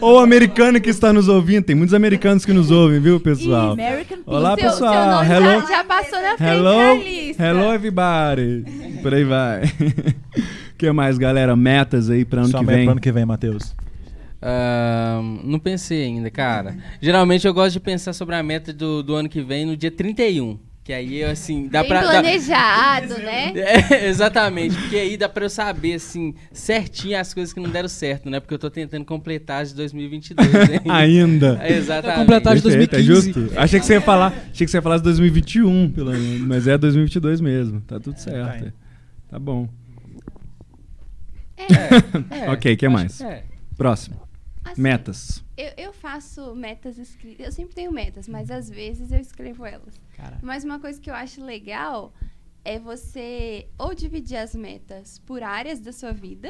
Ou americano que está nos ouvindo, tem muitos americanos que nos ouvem, viu, pessoal? American Olá, people. Seu- Seu pessoal. nome Hello, Já, já passou na frente da hello, lista. hello everybody. Por aí vai. O que mais, galera? Metas aí para ano Só que meta vem. pro ano que vem, Matheus. Ahn, não pensei ainda, cara. Geralmente eu gosto de pensar sobre a meta do, do ano que vem no dia 31. Que aí, eu, assim, dá Bem pra. dá- planejado, né? É, exatamente, porque aí dá pra eu saber, assim, certinho as coisas que não deram certo, né? Porque eu tô tentando completar as de 2022. né? Ainda. É, Exatamente. completar as de Perfeito, é 2015. justo. Achei que você ia falar, achei que você ia falar de 2021, pelo menos, mas é 2022 mesmo. Tá tudo certo. Tá. Tá bom. É, é, ok, o que acho- mais? é. Próximo. Assim, Metas. Eu, eu faço metas escritas. Eu sempre tenho metas, mas às vezes eu escrevo elas. Caraca. Mas uma coisa que eu acho legal é você ou dividir as metas por áreas da sua vida.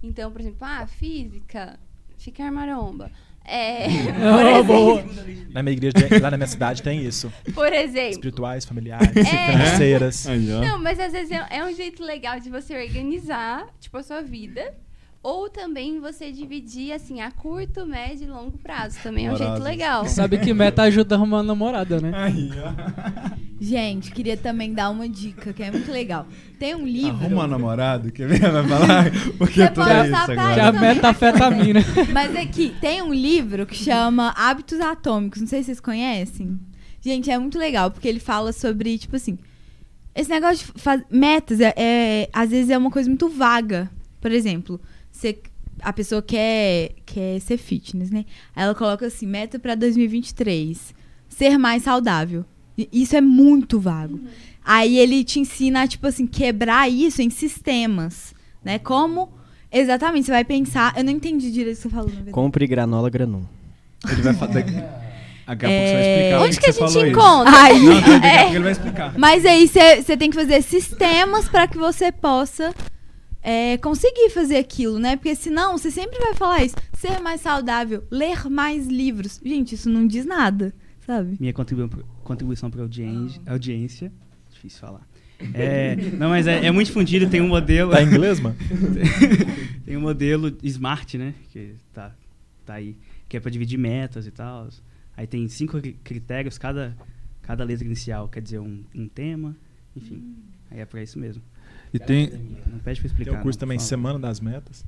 Então, por exemplo, ah, física, ficar maromba. É, Ah, boa. Na minha igreja, lá na minha cidade, tem isso. por exemplo. Espirituais, familiares, É. financeiras. Aí, ó. Não, mas às vezes é, é um jeito legal de você organizar, tipo, a sua vida. Ou também você dividir, assim, a curto, médio e longo prazo. Também é um jeito Horazes. legal. Sabe que é meta ajuda a arrumar namorada, né? Aí, ó. Gente, queria também dar uma dica que é muito legal. Tem um livro. Arruma um namorado, quer ver? Vai falar? Porque Você tudo pode é usar isso pra Que a agora. isso. meta afeta a mina. Mas aqui, tem um livro que chama Hábitos Atômicos. Não sei se vocês conhecem. Gente, é muito legal, porque ele fala sobre, tipo assim. Esse negócio de fa- metas, é, é- às vezes é uma coisa muito vaga. Por exemplo, você- a pessoa quer, quer ser fitness, né? Aí ela coloca assim: meta pra 2023. Ser mais saudável. E Isso é muito vago. Aí ele te ensina a, tipo assim, quebrar isso em sistemas, né? Como. Exatamente, você vai pensar. Eu não entendi direito o que você falou, na verdade. Compre granola granum. Ele vai falar. Daqui a pouco você vai É. explicar. Onde que a você gente falou isso. encontra? Aí- Não, daqui a pouco É. ele vai explicar. Mas aí você tem que fazer sistemas para que você possa é, conseguir fazer aquilo, né? Porque senão você sempre vai falar isso. Ser mais saudável, ler mais livros. Gente, isso não diz nada, sabe? Minha contribu- contribuição para audiência, audiência. Difícil falar. É, não, mas é, é muito difundido, tem um modelo. Tá em inglês, mano? tem um modelo Smart, né? Que tá, tá aí. Que é pra dividir metas e tal. Aí tem cinco cri- critérios, cada, cada letra inicial quer dizer um, um tema. Enfim, aí é pra isso mesmo. Então, E tem. Não pede pra explicar. Tem o curso não, também, por favor. Semana das Metas.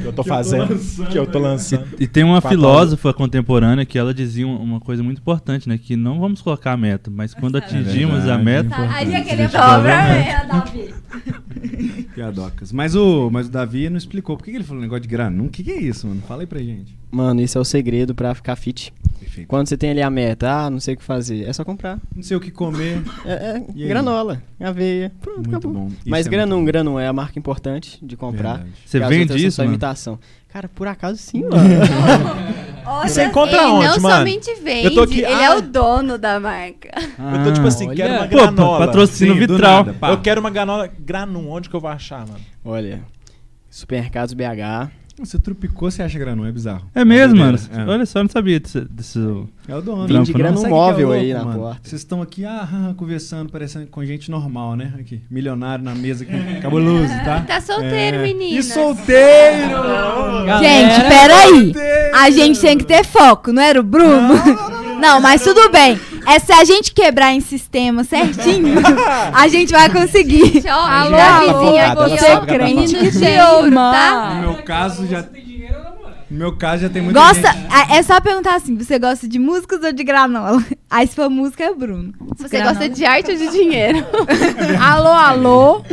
que eu tô fazendo, que eu tô lançando. E tem uma Fatal. filósofa contemporânea que ela dizia um- uma coisa muito importante, né? Que não vamos colocar a meta, mas quando atingimos a verdade. meta. É Tá, Aí já é que ele né, queria fala pra pra Davi. Piadocas. Mas o, mas o Davi não explicou. Por que que ele falou um negócio de granum? O que, que é isso, mano? Fala aí pra gente. Mano, isso é o segredo pra ficar fit. Perfeito. Quando você tem ali a meta, ah, não sei o que fazer, é só comprar. Não sei o que comer. É, é E aí? granola, aveia, pronto, Muito acabou. bom. Isso Mas é granum, muito bom. granum é a marca importante de comprar. Verdade. Você porque as vende outras isso, são é só mano? imitação. Cara, por acaso assim, sim, mano. Você encontra ele onde, não mano? somente vende, Eu tô aqui- ele Ah. é o dono da marca. eu tô tipo assim, Ah, olha. quero uma Pô, granola. patrocínio Sim, do vitral. nada, pá. Eu quero uma granola granum. Onde que eu vou achar, mano? Olha, supermercados BH. Você trupicou, você acha granum? É bizarro. É mesmo, mano. É. Olha só, eu não sabia disso. disso- É o dono. Vende né? grana Sabe o que Um móvel é louco, aí na mano? porta. Vocês estão aqui ah, ah, ah, conversando, parecendo com gente normal, né? Aqui, milionário na mesa aqui, cabuloso, tá? Tá solteiro, E meninas. solteiro! Galera, Gente, peraí. A gente tem que ter foco, não era o Bruno? Não, mas tudo bem. É se a gente quebrar em sistema certinho, a gente vai conseguir. Gente, ó, alô, é vizinha Tá aqui, ó, crente que te ama. tá? No meu caso já. No meu caso já tem muita Gosta, gente. a- é só perguntar assim, você gosta de músicas ou de granola? Aí se for música é o Bruno. Se Você granola- gosta de arte ou de dinheiro? alô, alô,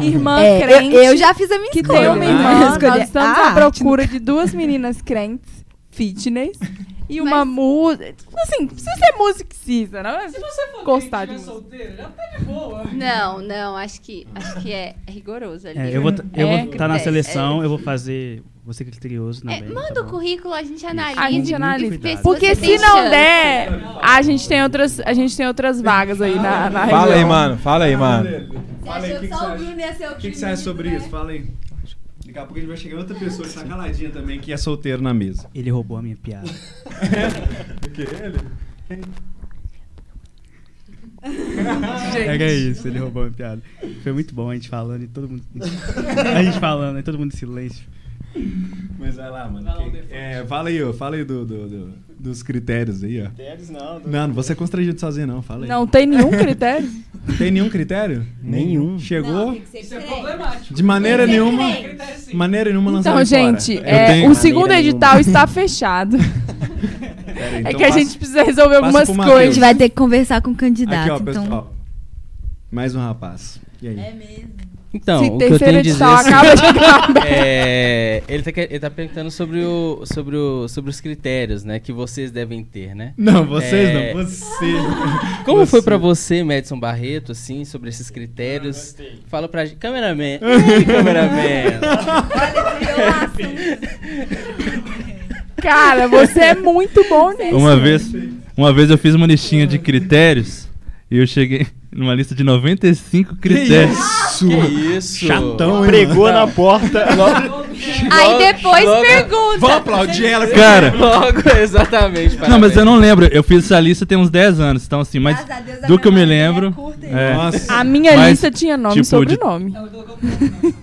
irmã É, eu- crente. eu já fiz a minha que escolha. Tem uma Ah, irmã, eu escolhi nós estamos a à arte. né? procura de duas meninas crentes, fitness, e uma música. Assim, precisa ser musicista, não é? Se você for né, gostar de música. Não, não, acho que, acho que é rigoroso ali. É, eu vou É, estar tá na critério, seleção, é. eu vou fazer. Você criterioso na É, manda o currículo, a gente analisa. A gente e analisa. vê se Porque você tem se não chance. der, a gente tem outras, a gente tem outras vagas aí na, na Fala aí, região. mano. Fala aí, mano. Fala aí, o que, que você acha? O que, que você acha sobre isso? Fala aí. Daqui a pouco a gente vai chegar outra pessoa que tá caladinha também, que é solteiro na mesa. Ele roubou a minha piada. O que ele? Era É isso, ele roubou a minha piada. Foi muito bom a gente falando e todo mundo. a gente falando e todo mundo em silêncio. Mas vai lá, mano. Que- é, fala aí, ó. Fala aí do, do- do- dos critérios aí, ó. Critérios não. Não, não vou ser constrangido sozinho, não. Fala aí. Não tem nenhum critério. Tem nenhum critério? Nenhum. Chegou? Isso é problemático. De maneira Tem que ser nenhuma. crente. Maneira nenhuma lançar Então, ele fora. gente, Eu é, tenho- o segundo edital está fechado. Pera aí, é então que a passa- gente precisa resolver passa algumas pro coisas. Matheus. A gente vai ter que conversar com o candidato. Aqui, ó, então... pessoal. Mais um rapaz. E aí? É mesmo. Então, Se o que eu tenho terceiro a dizer assim- edital acaba de acabar. é, ele, tá, que- ele tá perguntando sobre, o, sobre, o, sobre os critérios, né? Que vocês devem ter, né? Não, vocês É, não. Você. Como foi Você. pra você, Madison Barreto, assim, sobre esses critérios? Fala pra gente. Cameraman. Ei, cameraman. um Cara, você é muito bom nisso. Uma vez, uma vez eu fiz uma listinha de critérios e eu cheguei numa lista de 95 critérios. Isso! que isso? Chatão, hein, mano? Pregou na porta. Aí depois Logo- pergunta. Vamos aplaudir ela, Cara, Logo, exatamente. não, mas parabéns. é eu não lembro. Eu fiz essa lista tem uns 10 anos, então assim, mas Graças a Deus, a do que eu me memória dela é lembro. curta, hein? é, Nossa. A minha Mas, lista tinha nome e tipo, de- sobrenome. que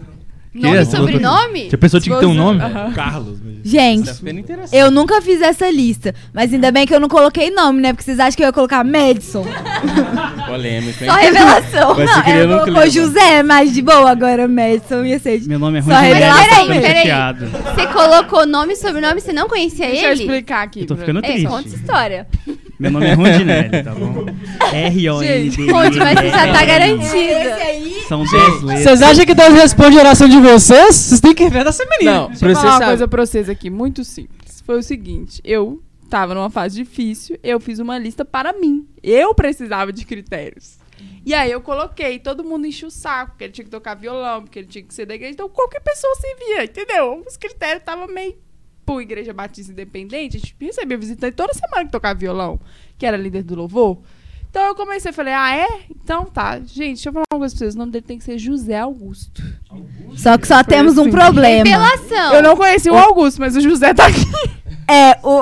Nome é? e sobrenome? Tipo, A pessoa tinha que ter um nome. Aham. Carlos. mas- Gente, Tá é ficando interessante. eu nunca fiz essa lista. Mas ainda bem que eu não coloquei nome, né? Porque vocês acham que eu ia colocar Madison. Polêmico, hein? Só revelação. Mas você queria Ela um num clima. colocou José, mas de boa agora, Madison ia ser. Meu nome é Só Rui Juliano, revelação. tá eu tô ficando Peraí, peraí. chateado. Você colocou nome e sobrenome, você não conhecia Deixa eu ele? explicar aqui. Eu tô pra- ficando É, triste. conta essa história. Meu nome é Rondinelli, tá bom? r o n Gente, d conte, mas você já tá Tipo, garantida. São 10 letras. Vocês acham que Deus responde a oração de vocês? Vocês têm que ver dessa menina. Não, Deixa eu pra você falar uma saber- coisa pra vocês aqui, muito simples. Foi o seguinte, eu tava numa fase difícil, eu fiz uma lista para mim. Eu precisava de critérios. E aí eu coloquei, todo mundo encheu o saco, porque ele tinha que tocar violão, porque ele tinha que ser da igreja. Então qualquer pessoa servia, entendeu? Os critérios estavam meio... Pô, Igreja Batista Independente, a gente recebia visitante toda semana que tocava violão, que era líder do louvor. Então eu comecei, falei, ah, é? Então tá. Gente, deixa eu falar uma coisa pra vocês, o nome dele tem que ser José Augusto. Só que só temos um assim. problema. Revelação. Eu não conheci o Augusto, mas o José tá aqui. É o.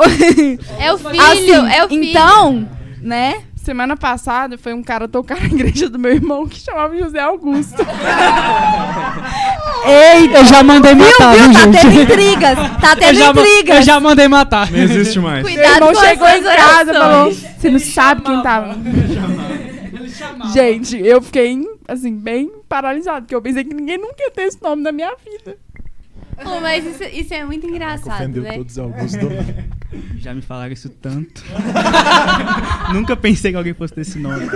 É o filho, assim, é o filho. Então, né? Semana passada foi um cara tocar na igreja do meu irmão que chamava José Augusto. Eita, eu já mandei Viu, matar, viu? viu, Tá tendo gente? intrigas. Tá Eu tendo já, ma- eu intrigas. já mandei matar. Não existe mais. meu Cuidado irmão com chegou em essas casa e falou: orações. Você não sabe quem tava. Gente, eu fiquei, assim, bem paralisado, porque eu pensei que ninguém nunca ia ter esse nome na minha vida. Oh, mas isso, isso é muito engraçado, Ofendeu né? todos os Augusto. Já me falaram isso tanto. Nunca pensei que alguém fosse ter esse nome.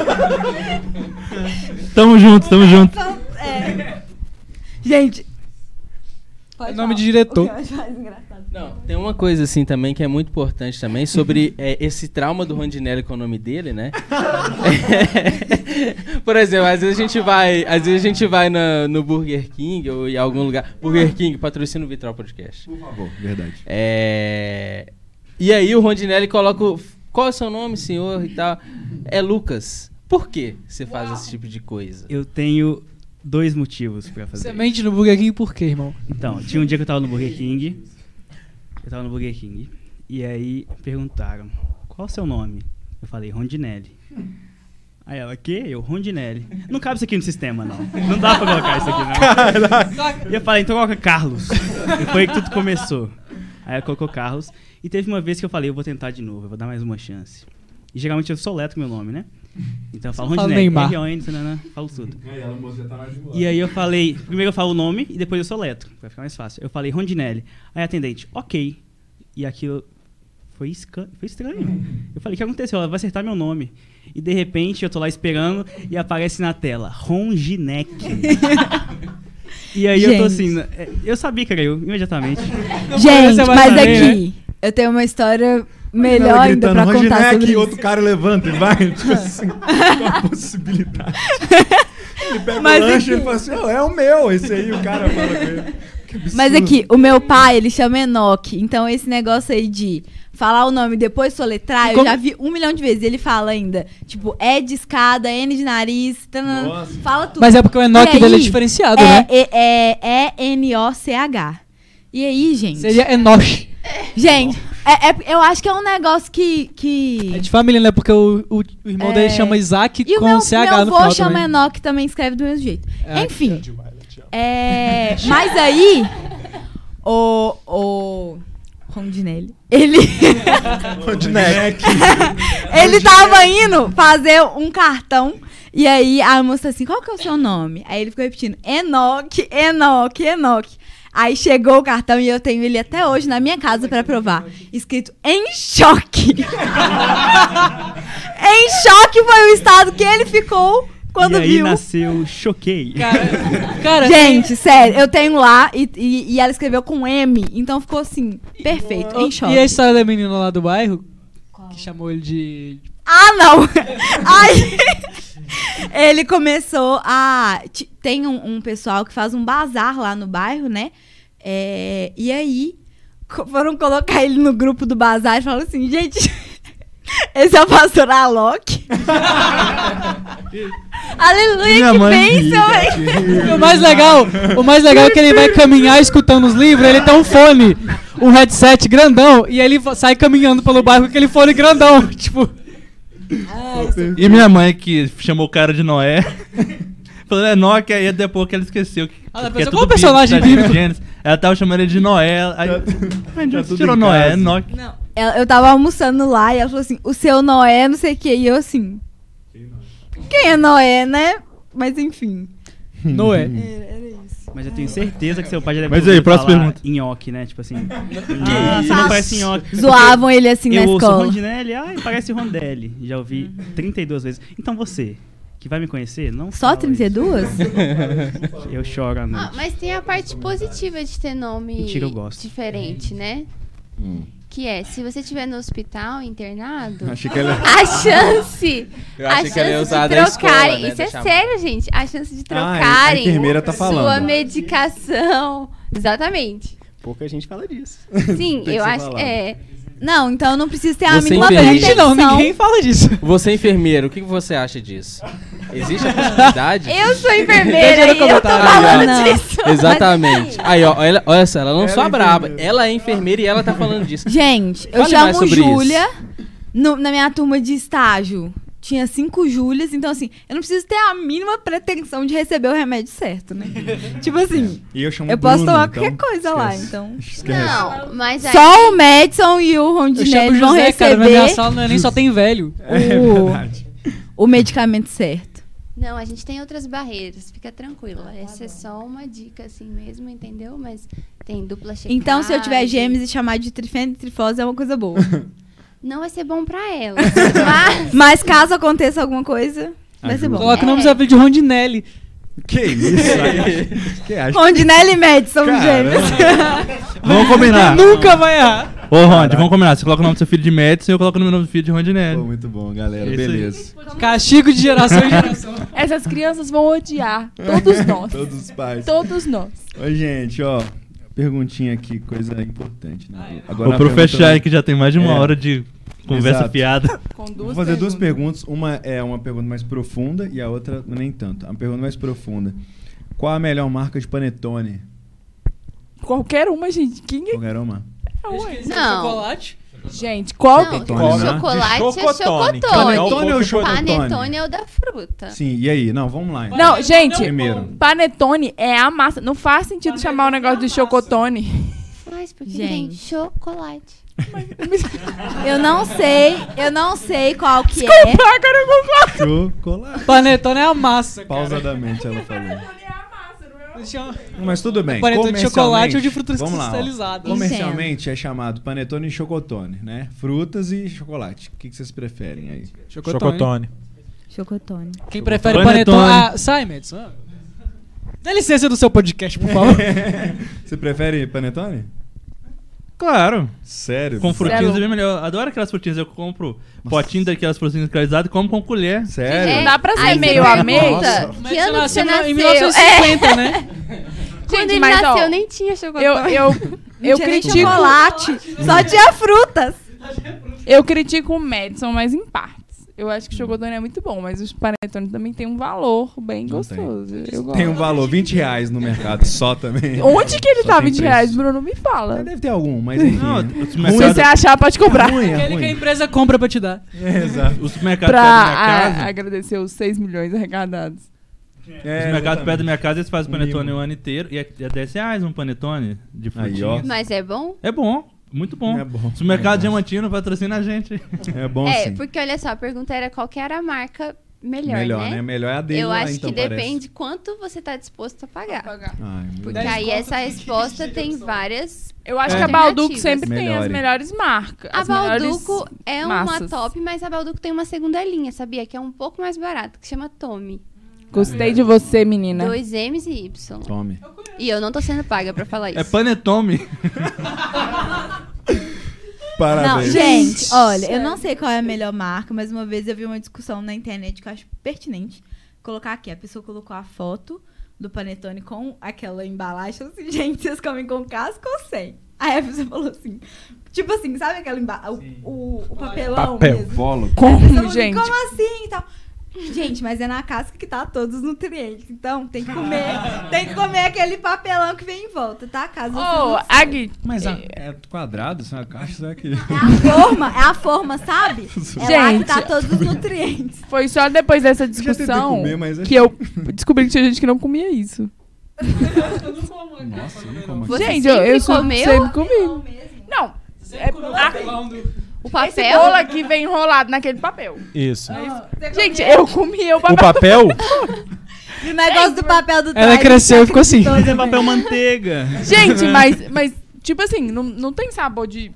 Tamo junto, tamo junto. É. Gente. É nome de diretor. Não, tem uma coisa assim também que é muito importante também Uhum. sobre é, esse trauma do Rondinelli com o nome dele, né? Por exemplo, às vezes a gente vai, às vezes a gente vai na- no Burger King ou em algum lugar. Burger King patrocina o Vitral Podcast. Por favor, verdade. É, E aí o Rondinelli coloca o- qual é o seu nome, senhor e tal. É Lucas. Por que você faz esse tipo de coisa? Eu tenho dois motivos pra fazer. Você isso. mente no Burger King por quê, irmão? Então, tinha um dia que eu tava no Burger King. Eu tava no Burger King. E aí perguntaram: Qual o seu nome? Eu falei: Rondinelli. Aí ela: Que? Eu, Rondinelli. Não cabe isso aqui no sistema, não. Não dá pra colocar isso aqui, não. E eu falei: Então coloca Carlos. E foi aí que tudo começou. Aí ela colocou Carlos. E teve uma vez que eu falei: Eu vou tentar de novo, eu vou dar mais uma chance. E geralmente eu soletro meu nome, né? Então eu falo Você fala Rondinelli, Neymar. R-O-N, tananã, falo tudo. Aí ela, moça, já tá mais de boa. E aí eu falei, primeiro eu falo o nome e depois eu soletro, pra ficar mais fácil. Eu falei Rondinelli. Aí a atendente, ok. E aquilo foi, esca- foi estranho. Eu falei, o que aconteceu? Ela vai acertar meu nome. E de repente eu tô lá esperando e aparece na tela, Ronginec. e aí eu tô assim, Gente. é, eu sabia que era eu, imediatamente. Gente, mas né? aqui, eu tenho uma história melhor ainda pra contar sobre e isso. outro cara levanta e vai. Tipo assim, qual um a possibilidade? Ele pega Mas o lanche aqui- e fala assim, "Ó, é o meu. Esse aí o cara fala com ele. Que absurdo. Mas aqui, o meu pai, ele chama Enoque. Então, esse negócio aí de falar o nome e depois soletrar, eu Como- já vi um milhão de vezes. Ele fala ainda, tipo, E de escada, N de nariz, tanana, fala tudo. Mas é porque o Enoque E dele é diferenciado, é, né? É, é, é N-O-C-H. E aí, gente? Seria Enoch. Gente, é- é- eu acho que é um negócio que... que... É de família, né? Porque o, o- o irmão É. dele chama Isaac E o com meu, CH no meu avô final chama também. Enoch também escreve do mesmo jeito. É, Enfim. É, mas aí, o, o Rondinelli, ele... é? Rondinelli. ele tava indo fazer um cartão... E aí a moça assim, qual que é o seu nome? Aí ele ficou repetindo, Enoch, Enoch, Enoch. Aí chegou o cartão e eu tenho ele até hoje na minha casa pra provar. Escrito em choque. em choque foi o estado que ele ficou quando e aí viu. nasceu assim, Choquei. Gente, sério, eu tenho lá e, e- e ela escreveu com M, então ficou assim, perfeito, em choque. E a história da menina lá do bairro? Que chamou ele de. Ah, não! Aí ele começou a. ti- Tem um, um pessoal que faz um bazar lá no bairro, né? É, e aí co- foram colocar ele no grupo do bazar e falaram assim: gente, esse é o pastor Alok. Aleluia, Minha que mãe bênção, vive hein? E o mais legal, o mais legal é que ele vai caminhar escutando os livros, ele tem um fone, um headset grandão, e ele va- sai caminhando pelo bairro com aquele fone grandão. Tipo, E minha mãe que chamou o cara de Noé. Falando Enoque, aí é depois que ela esqueceu. Que, Ah, ela que é pensou, tudo qual o personagem bíblico, tá, bíblico? Gênesis. Ela tava chamando ele de Noé. Aí, mas de onde você Tá tudo tirou em Noé? casa. Enoque. Ela- Eu tava almoçando lá e ela falou assim: o seu Noé, não sei o quê. E eu assim. Quem é Noé, né? Mas enfim. é. Noé. Mas eu tenho certeza que seu pai já deve Mas ter aí, ouvido próxima falar pergunta. Nhoque, né? Tipo assim. Ah, ah, você não parece nhoque. Zoavam ele assim eu na ouço escola. Rondinelli, ai, parece Rondelli. Já ouvi 32 vezes. Então você, que vai me conhecer, não Só fala isso. 32? eu choro à Ah, noite. mas tem a parte positiva de ter nome Mentira, eu gosto. diferente, né? Hum. Que é, se você estiver no hospital internado, Achei que ela- a chance, Eu a achei que ela ia chance usar de da escola, trocarem, né, isso da é chamada. sério, gente, a chance de Ah, a trocarem enfermeira tá sua falando. medicação, exatamente. Pouca gente fala disso. Sim, eu acho, que é, Não, então eu não preciso ter Você amigo pra entende. perfeição. fala disso. Você é enfermeiro, o que que você acha disso? Existe a possibilidade? Eu sou enfermeira Deixa no e eu tô comentário. falando Não. disso. Exatamente. Aí, ó, ela- olha só, ela não só é braba, ela é enfermeira e ela tá falando disso. Gente, eu Fale mais chamo sobre um Júlia no- na minha turma de estágio. Tinha cinco Júlias, então assim, eu não preciso ter a mínima pretensão de receber o remédio certo, né? tipo assim, E É. eu chamo eu posso Bruno, tomar então, qualquer coisa lá, esquece. então. é. Esquece. não, mas aí... Só o Madison e o eu chamo Rondinelli vão José, cara, na minha receber sala não é nem só É tem velho. É o medicamento certo. Não, a gente tem outras barreiras, fica Ah, tranquila. tá Essa é só uma dica assim mesmo, entendeu? Mas tem dupla checagem. Então, se eu tiver gêmeos e chamar de trifena e trifose, é uma coisa boa. Não vai ser bom pra ela. mas... Mas caso aconteça alguma coisa, vai ser bom. Coloca o nome É. do apelido de Rondinelli. Que isso? que acha? Rondinelli e Madison, Caramba. gêmeos. Vamos combinar. Nunca vai errar. Ô, Rond, vamos combinar. Você coloca o nome do seu filho de Madison e eu coloco o nome do filho de Rondinelli. muito bom, galera. Isso aí. Beleza. Castigo de geração em geração. Essas crianças vão odiar. Todos nós. Todos os pais. Todos nós. Oi, gente, ó. Perguntinha aqui, coisa importante. Né? Vou a pro pergunta- fechar aí que já tem mais de uma É. hora de conversa Exato. fiada. Vou fazer duas perguntas. Uma é uma pergunta mais profunda e a outra nem tanto. A pergunta mais profunda. Qual a melhor marca de panetone? Qualquer uma, gente. Quem é? Qualquer uma. Não. Chocolate. Gente, qual é Não, Panetone, o né? chocolate De é chocotone. chocotone. Panetone ou chocotone? Panetone é o da fruta. Sim, e aí? Não, vamos lá. então. Tá. Não, gente. Primeiro. Panetone é a massa. Não faz sentido chamar o negócio de chocotone. Mas porque Gente. tem chocolate. Eu não sei, eu não sei qual que é. Desculpa, agora eu concordo. Chocolate. Panetone é a massa, cara. Pausadamente ela falou. Deixa eu- Mas tudo bem. Panetone de chocolate ou de comercialmente- frutas vamos lá, ó. cristalizadas. Comercialmente é chamado panetone e chocotone, né? Frutas e chocolate. O que, que vocês preferem aí? Chocotone. Chocotone. Chocotone. Quem prefere panetone? Ah, sai, Madison. Dá licença do seu podcast, por favor. Você prefere panetone? Claro. Sério? Com frutinhas Sério? é bem melhor. Eu Adoro aquelas frutinhas. Eu compro potinho daquelas frutinhas cristalizadas e como com colher. Sério? né? Gente, É, dá pra ser aí meio você a meio? pergunta, é Nossa. que ano que você em nasceu? É. 1950, né? Quando ele mas, ó, nasceu, nem tinha chocolate. Eu, eu, é Não eu tinha nem critico. chocolate, só tinha frutas. Eu critico o Madison, mas em partes. Eu acho que o chocotone é muito bom, mas os panetone também tem um valor bem gostoso. Eu gosto. Tem um valor, 20 reais no mercado só também. Onde que ele Só tá tem 20 preço. reais, Bruno? Me fala. Deve ter algum, mas enfim. Não, né? os Ruim- Se você achar, pode cobrar. Aquele que a empresa compra pra te dar. É, exato. Os mercados Pra perto da minha casa. a- agradecer os 6 milhões arrecadados. É, os mercados perto da minha casa, eles fazem Um panetone o ano inteiro. E é, é 10 reais um panetone de ó. frutinha. Mas é bom? É bom. Muito bom. É bom. Se o mercado É bom. diamantino patrocina a gente. É bom é, sim. porque olha só, a pergunta era qual que era a marca melhor, Melhor, né? né? Melhor é a dele Eu lá, acho então, que parece. depende quanto você tá disposto a pagar. Ai, meu Porque Deus. aí essa resposta tem várias Eu acho que a Balduco sempre tem as Melhore. melhores marcas. A as melhores Balduco é uma massas. top, mas a Balduco tem uma segunda linha, sabia? Que é um pouco mais barata, que chama Tommy. Gostei de você, menina. Dois M's e Y. Tome. E eu não tô sendo paga pra falar isso. É panetome. Não, Parabéns. gente, olha, eu não sei qual é a melhor marca, mas uma vez eu vi uma discussão na internet que eu acho pertinente colocar aqui. A pessoa colocou a foto do panetone com aquela embalagem, falou assim, gente, vocês comem com casca ou sem? Aí a pessoa falou assim, tipo assim, sabe aquela embalagem, o, o papelão mesmo? Papel. A pessoa falou Como, assim, gente? Como assim e tal? Gente, mas é na casca que tá todos os nutrientes. Então, tem que comer, tem que comer aquele papelão que vem em volta, tá? Caso vocês não Oh, saibam. Agui. Mas ah, a- é quadrado, isso é uma caixa, será que... forma, é a forma, sabe? É lá que tá todos os nutrientes. Foi só depois dessa já tentei discussão comer, é mas acho que eu descobri que tinha gente que não comia isso. Nossa, eu não como Você gente, eu, eu sempre comeu? sempre comi. Não. É, a- O esse papel. bolo aqui vem enrolado naquele papel. Isso. Ah, Gente, eu comi o papel. O papel? E o negócio do papel do tá Ela tá trás, cresceu e ficou assim. Mas é papel manteiga. Gente, mas, mas tipo assim, não, não tem sabor de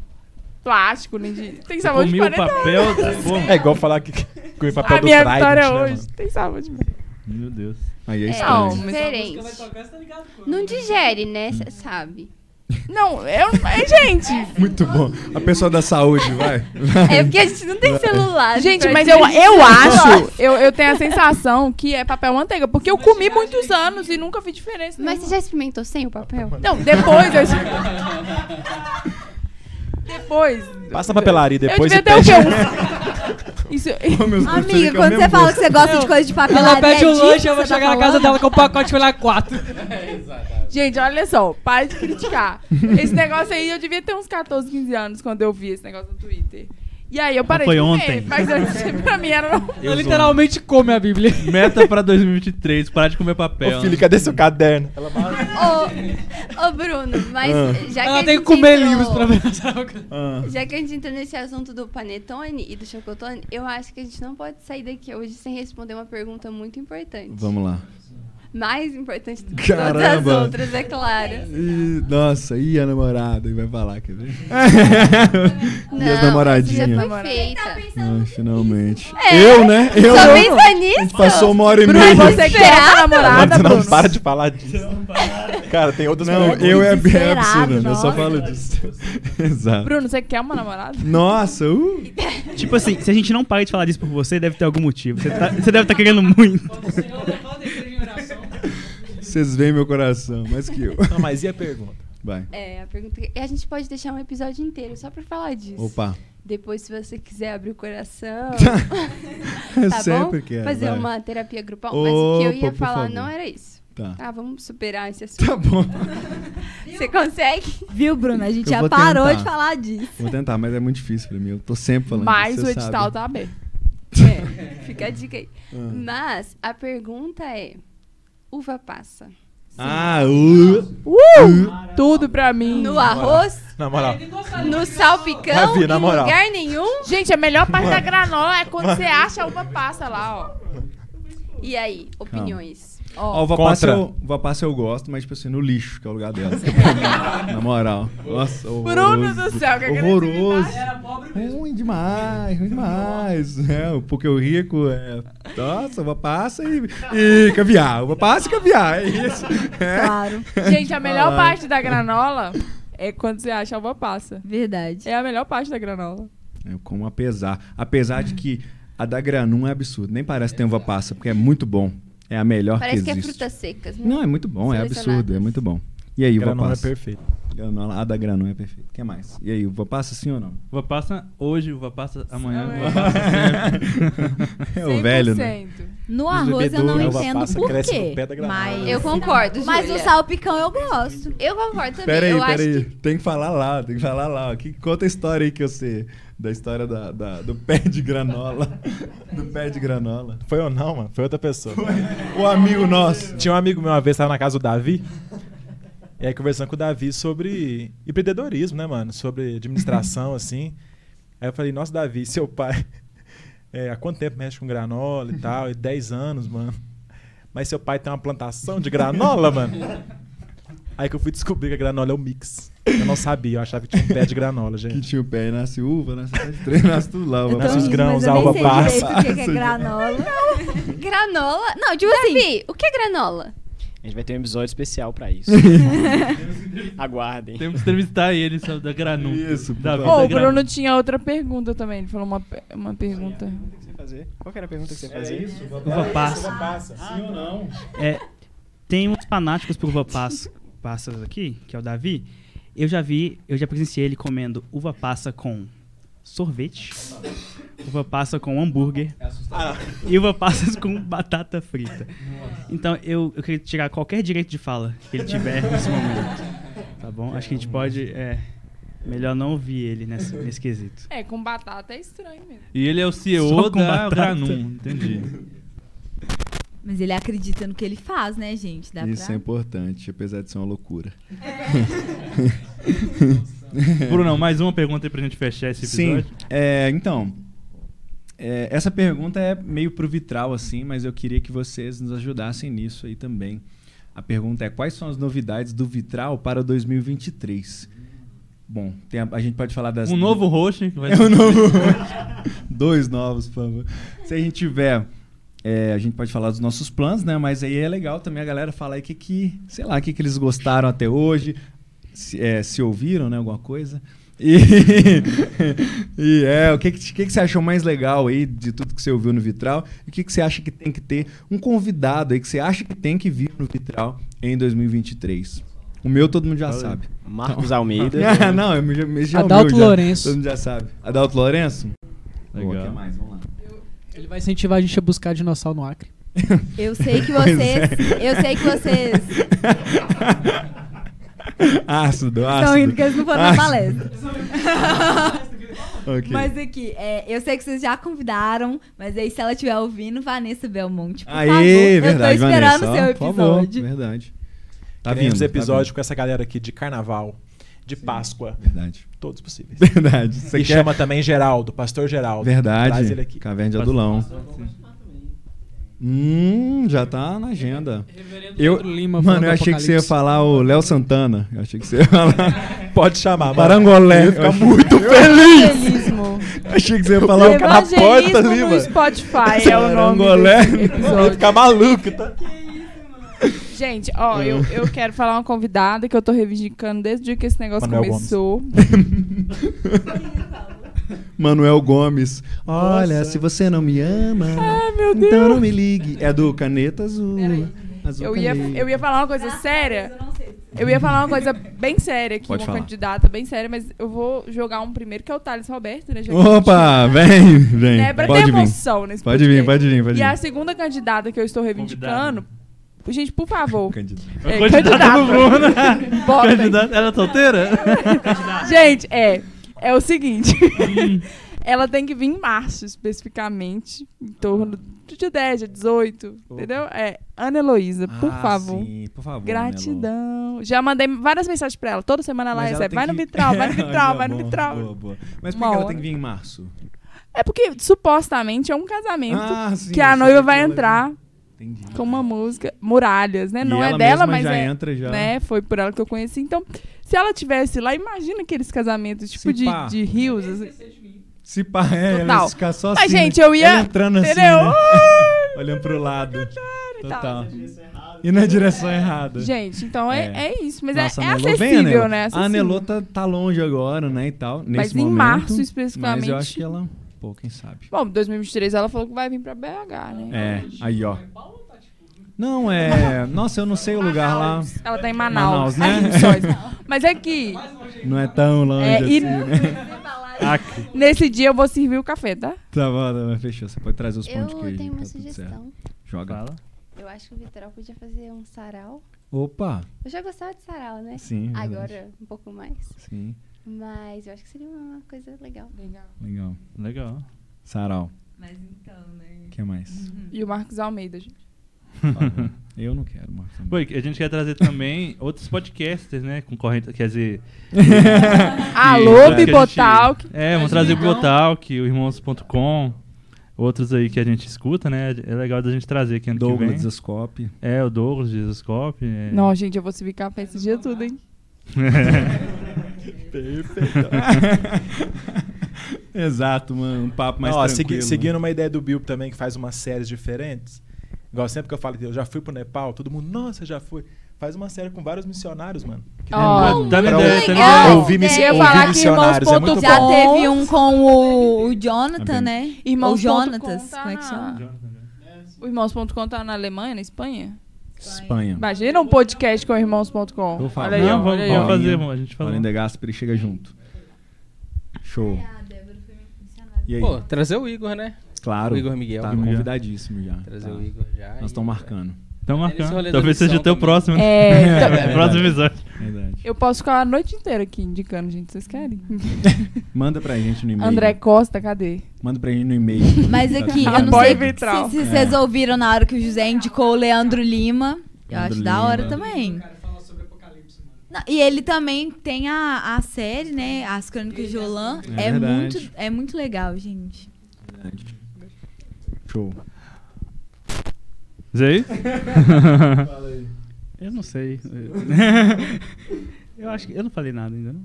plástico, nem de. Tem sabor de Comi o panetone. papel tá da forma. É igual falar que com papel A do minha Pride, vitória né, hoje mano? tem sabor de. Meu Deus. Aí é É, estranho. diferente. tá Não digere, né? Cê sabe. Não, eu. é, Gente! Muito bom. A pessoa da saúde, vai. É porque a gente não tem celular. né, Gente, pra mas eu, digerir. eu acho, eu, eu tenho a sensação que é papel manteiga, porque eu comi muitos anos e nunca vi diferença. Mas nenhuma. você já experimentou sem o papel? Tá Não, depois eu. depois. Passa pra pelaria depois eu e devia ter o pede. quê? Um- Isso. Oh, Ô, meus gostos, Amiga, é fica quando mesmo você fala que gosto. você gosta de coisa de é, é papel, Ela pede o lanche, eu eu vou tá chegar na casa dela com o pacote e olhar quatro. Gente, olha só, para de criticar. Esse negócio aí, eu devia ter uns 14, 15 anos quando eu vi esse negócio no Twitter. E aí eu parei foi de comer, ontem. mas antes pra mim era normal. Eu literalmente come a Bíblia. Meta pra 2023, parar de comer papel. Ô, filho, cadê seu caderno? Ô, ô, Bruno, mas Ah. já que a Ela tem que gente comer entrou- livros pra ver essa época. Já que a gente entrou nesse assunto do panetone e do chocotone, eu acho que a gente não pode sair daqui hoje sem responder uma pergunta muito importante. Vamos lá. Mais importante do que todas Caramba. as outras, é claro. Ih, nossa, e a namorada? E vai falar, quer ver? e as Não, namoradinhas? essa já foi feita. Ah, finalmente. É, eu, né? Eu Só não. pensa A gente nisso. passou uma hora e Bruno, meia. você que é a Mas namorada, você Bruno. não para de falar disso. Cara, tem outras Não, perguntas. eu é bem Desesperado, absurdo, eu só nossa. falo disso. Ah. Exato. Bruno, você quer uma namorada? Nossa, uh. Tipo assim, se a gente não para de falar disso por você, deve ter algum motivo. Você, tá- você deve estar querendo muito. Vocês veem meu coração, mais que eu. Não, mas e a pergunta? Vai. É, a pergunta. que- A gente pode deixar um episódio inteiro só pra falar disso. Opa. Depois, se você quiser abrir o coração. Eu tá sempre bom? quero. Fazer vai. uma terapia grupal. Mas o que eu ia Opa, por falar favor. não era isso. Tá. Ah, vamos superar esse assunto. Tá bom. Você consegue? Viu, Bruna? A gente Eu já vou parou tentar. de falar disso. Vou tentar, mas é muito difícil pra mim. Eu tô sempre falando Mas isso, o você edital sabe. tá aberto. É, fica a dica aí. Ah. Mas a pergunta é: uva passa Ah, uh. Uh! Tudo pra mim. No arroz? Na moral. No salpicão? Ravi, na em moral. lugar nenhum? Gente, a melhor parte Mano. da granola é quando Mano. você acha a uva passa lá, ó. E aí, opiniões? Ó, Ó, o Vapassa Contra. eu, Vapassa eu gosto, mas tipo assim, no lixo, que é o lugar dela. Na moral. Nossa, Bruno do horroroso. céu, é que Horroroso. agressividade. Ruim demais, ruim demais. É, o porque o rico é. Nossa, uva passa e, e caviar. Uva passa e caviar. É isso. É. Claro. Gente, a melhor Caralho. parte da granola é quando você acha a uva passa. Verdade. É a melhor parte da granola. Eu como apesar. Apesar de que a da Granum é absurda. Nem parece que tem uva passa, porque é muito bom. É a melhor Parece que que é existe. frutas secas. né? Não, é muito bom, é Selecionado. absurdo, é muito bom. E aí, uva Granola é passa? perfeito. Granola, a da Granum é perfeita. O que mais? E aí, uva passa sim ou não? Uva passa hoje, uva passa amanhã, Amanhã. uva passa sempre. É o velho, né? 100%. No Os arroz eu não bebedouros, entendo passa, por cresce quê. no pé da granada. mas Eu concordo, mas o Júlia. salpicão eu gosto. Eu concordo também. Pera aí, eu pera acho aí. que Tem que falar lá, tem que falar lá. ó. Que, conta a história aí que eu sei. Da história da, da- do pé de granola. do pé de granola. Foi eu não, mano. Foi outra pessoa. O amigo nosso. Tinha um amigo meu uma vez, tava na casa do Davi. E aí conversando com o Davi sobre empreendedorismo, né, mano? Sobre administração, assim. Aí eu falei, nossa, Davi, seu pai. é, há quanto tempo mexe com granola e tal? E 10 anos, mano. Mas seu pai tem uma plantação de granola, mano. Aí que eu fui descobrir que a granola é o mix. Eu não sabia, eu achava que tinha um pé de granola, Que gente. tinha o pé, nasce uva, nasce pé de trem, nasce tudo lá. uva Nasce passa. os grãos, É mas eu a nem uva sei passa. direito o que que é granola. granola. Não, tipo assim, o que é granola? A gente vai ter um episódio especial pra isso. Aguardem. Temos que entrevistar ele sobre da Granum. Isso, por da favor. vida Ô, o Granum. Bruno tinha outra pergunta também. Ele falou uma, pe- uma pergunta. que você ia fazer? Qual que era a pergunta que você ia É fazer? Uva passa. um passa, assim sim ou não? É, tem uns fanáticos por uva passa, passas aqui, que é o Davi. Eu já vi, eu já presenciei ele comendo uva passa com sorvete, uva passa com hambúrguer É e uva passas com batata frita. Então eu, eu queria tirar qualquer direito de fala que ele tiver nesse momento. Tá bom? Acho que a gente pode. É, melhor não ouvir ele nesse, nesse quesito. É, com batata é estranho mesmo. E ele é o CEO Só com da batata. Granum, entendi. Mas ele acredita no que ele faz, né, gente? Dá Isso pra... é importante, apesar de ser uma loucura. Bruno, mais uma pergunta aí pra gente fechar esse Sim, episódio. é, então. é, essa pergunta é meio pro vitral, assim, mas eu queria que vocês nos ajudassem nisso aí também. A pergunta é: quais são as novidades do vitral para 2023? Bom, tem a, a gente pode falar das. Um novo host que vai É um novo. Dois novos, por favor. Se a gente tiver. é, a gente pode falar dos nossos planos, né? Mas aí é legal também a galera falar aí o que, que, sei lá, o que, que eles gostaram até hoje, se, é, se ouviram, né? Alguma coisa. E, e é, o que, que, o que, que você achou mais legal aí de tudo que você ouviu no Vitral? E o que, que você acha que tem que ter um convidado aí que você acha que tem que vir no Vitral em 2023? O meu todo mundo já sabe. Marcos Almeida. Ah, não, eu me, já- me já é o Adalto meu já. Lourenço. Todo mundo já sabe. Adalto Lourenço? Legal. Boa, o que mais? Vamos lá. Ele vai incentivar a gente a buscar dinossauro no Acre. Eu sei que Pois vocês. é. Eu sei que vocês é ácido, ácido. estão indo porque eles não foram na Ácido. palestra. Ok. Mas aqui, é, eu sei que vocês já convidaram, mas aí se ela estiver ouvindo, Vanessa Belmonte, por favor. Aê, verdade, eu tô esperando Vanessa, é o ó, seu por favor, episódio. verdade. Tá Tá Teremos vindo, tá episódio vindo. com essa galera aqui de carnaval, de Páscoa, Verdade. todos possíveis. Verdade. Você e quer... chama também Geraldo, pastor Geraldo. Traz ele Verdade. aqui. Caverna de um Adulão. Hum, já tá na agenda. Eu, Pedro Lima mano, falando eu do achei que você ia Apocalipse. falar o Léo Santana. Eu achei que você ia falar Pode chamar, mano. Parangolé. Eu achei- muito feliz. Evangelismo. eu achei que você ia falar o capota Evangelismo ali, no mano. um Spotify é o nome Parangolé. desse Vai episódio. ficar maluco, tá? Gente, ó, eu, eu quero falar uma convidada que eu tô reivindicando desde o dia que esse negócio Manuel começou. Manuel Gomes. Olha, se você não me ama, meu então não me ligue. É do Caneta Azul. Azul Eu ia, Caneta. eu ia falar uma coisa séria. Eu ia falar uma coisa bem séria aqui, Pode uma falar. candidata bem séria, mas eu vou jogar um primeiro que é o Thales Roberto, né? já que a gente- Opa, vem, vem. Né, pra pode ter vir. emoção nesse Pode podcast. vir, pode vir, pode E a vir. segunda candidata que eu estou reivindicando. Gente, por favor. Candidato. É, Candidata do Bruno. Botem. assim- Candidata- Ela é solteira? Hum. Gente, é. É o seguinte. Ela tem que vir em março, especificamente, em torno de 10, dia 18, entendeu? É, Ana Heloísa, por Ah, favor. sim, por favor, Gratidão. Já mandei várias mensagens pra ela, toda semana ela Mas ela recebe, tem vai no que- vitral, vai no vitral, Olha, vai no boa, vitral. boa, boa. Mas por Uma que ela hora. tem que vir em março? É porque supostamente é um casamento Ah, sim, que a eu noiva sabia vai que ela- entrar com uma música, Muralhas, né? E Não é ela dela, mesma mas já é, entra, já. né? Foi por ela que eu conheci. Então, se ela tivesse lá, imagina aqueles casamentos tipo Se de, pá. de rios. assim. Se pá, é, ela Total. ia ficar só Mas, assim. gente, né? eu ia- Ela entrando assim, entendeu? né? Ai, Olhando pro lado. e tal. Total. E na direção errada. Gente, então é, é isso. Mas é- né? Nossa, é, Anelô, vem, acessível, Anelô. né? A Acessível. Anelô tá, tá longe agora, né, e tal, nesse Mas em momento. março, Mas especificamente. eu acho que ela... Pô, quem sabe. Bom, 2023 ela falou que vai vir pra BH, né? É, aí, ó. tá, tipo, Não, é... Nossa, eu não sei o lugar lá. Ela tá em Manaus. Manaus, né? Ai, sóis. Mas é que Não é tão longe É, assim, e- né? Aqui. nesse dia eu vou servir o café, tá? Tá bom, tá bom, fechou. Você pode trazer os pão Eu de queijo. tenho uma tá tudo certo. sugestão. Joga. Eu acho que o Vitral podia fazer um sarau. Opa! Eu já gostava de sarau, né? Sim, é verdade. Agora, um pouco mais. Sim. Mas eu acho que seria uma coisa legal. Legal. Legal. Legal. Sarau. Mas então, né? O que mais? E o Marcos Almeida, gente. eu não quero, Marcos. Pô, e a gente quer trazer também outros podcasters, né? Concorrente, quer dizer. Alô, que a gente- Bibotalk. É, vamos trazer o Bibotalk, o Irmãos.com, outros aí que a gente escuta, né? É legal da gente trazer aqui ano que Douglas vem. Desascope. É, o Douglas Desascope. É... Não, gente, eu vou servir café esse dia tudo, hein? Perfeito. Exato, mano. Um papo mais Ó, segui- tranquilo. seguindo uma ideia do Bill também, que faz umas séries diferentes. Igual sempre que eu falo que eu já fui pro Nepal, todo mundo, nossa, já fui. Faz uma série com vários missionários, mano. Que Ó, legal. tá me Pra dando, ouvir- tá me dando. ouvir mis- Eu ia ouvir falar que missionários, é muito Já bom. teve um com o, o Jonathan, né? Irmãos Ou ponto com Jonatas, tá como é que na- chama? né? O Irmãos.com tá na Alemanha, na Espanha? Espanha. Imagina um podcast com o Irmãos.com. Eu falo. Olha aí, ó, Não, Então vamos- olha aí, vamos ó. fazer, vamos- a gente fala. Paulinho de Gasperi chega junto. Show. E aí? Pô, trazer o Igor, né? Claro. O Igor Miguel. Tá Igor. convidadíssimo já. Trazer Tá. o Igor já. Nós estamos marcando. Ele Estamos se marcando. rolê Talvez da seja missão até o também. próximo. É, tá- o próximo episódio. Verdade. Eu posso ficar a noite inteira aqui indicando, gente. Vocês querem? Manda pra gente no e-mail. André Costa, cadê? Manda pra gente no e-mail. Tá Mas aqui, eu não Apoio sei vitral. É. se, se vocês ouviram na hora que o José indicou o Leandro Lima. Eu Leandro acho da hora Lima. também. Não, e ele também tem a, a série, né? As Crônicas de Olan. É É, verdade. muito, é muito legal, gente. Verdade. Show. Zé? Eu não sei. Eu acho que. Eu não falei nada ainda, não.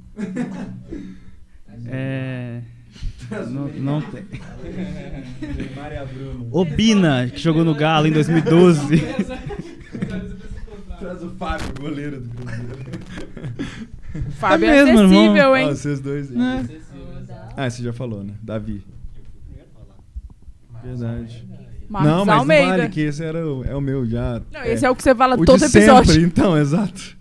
É. Não, não tem. Obina, que jogou no Galo em 2012. Traz o Fábio, goleiro do Cruzeiro. O Fábio É é, mesmo, irmão. acessível, hein? Ah, vocês dois aí. Né? Ah, você já falou, né? Davi. Verdade. Marcos não, mas Almeida. não vale que esse era o, é o meu já. Não, esse é o que você fala de todo episódio. Sempre, então, exato.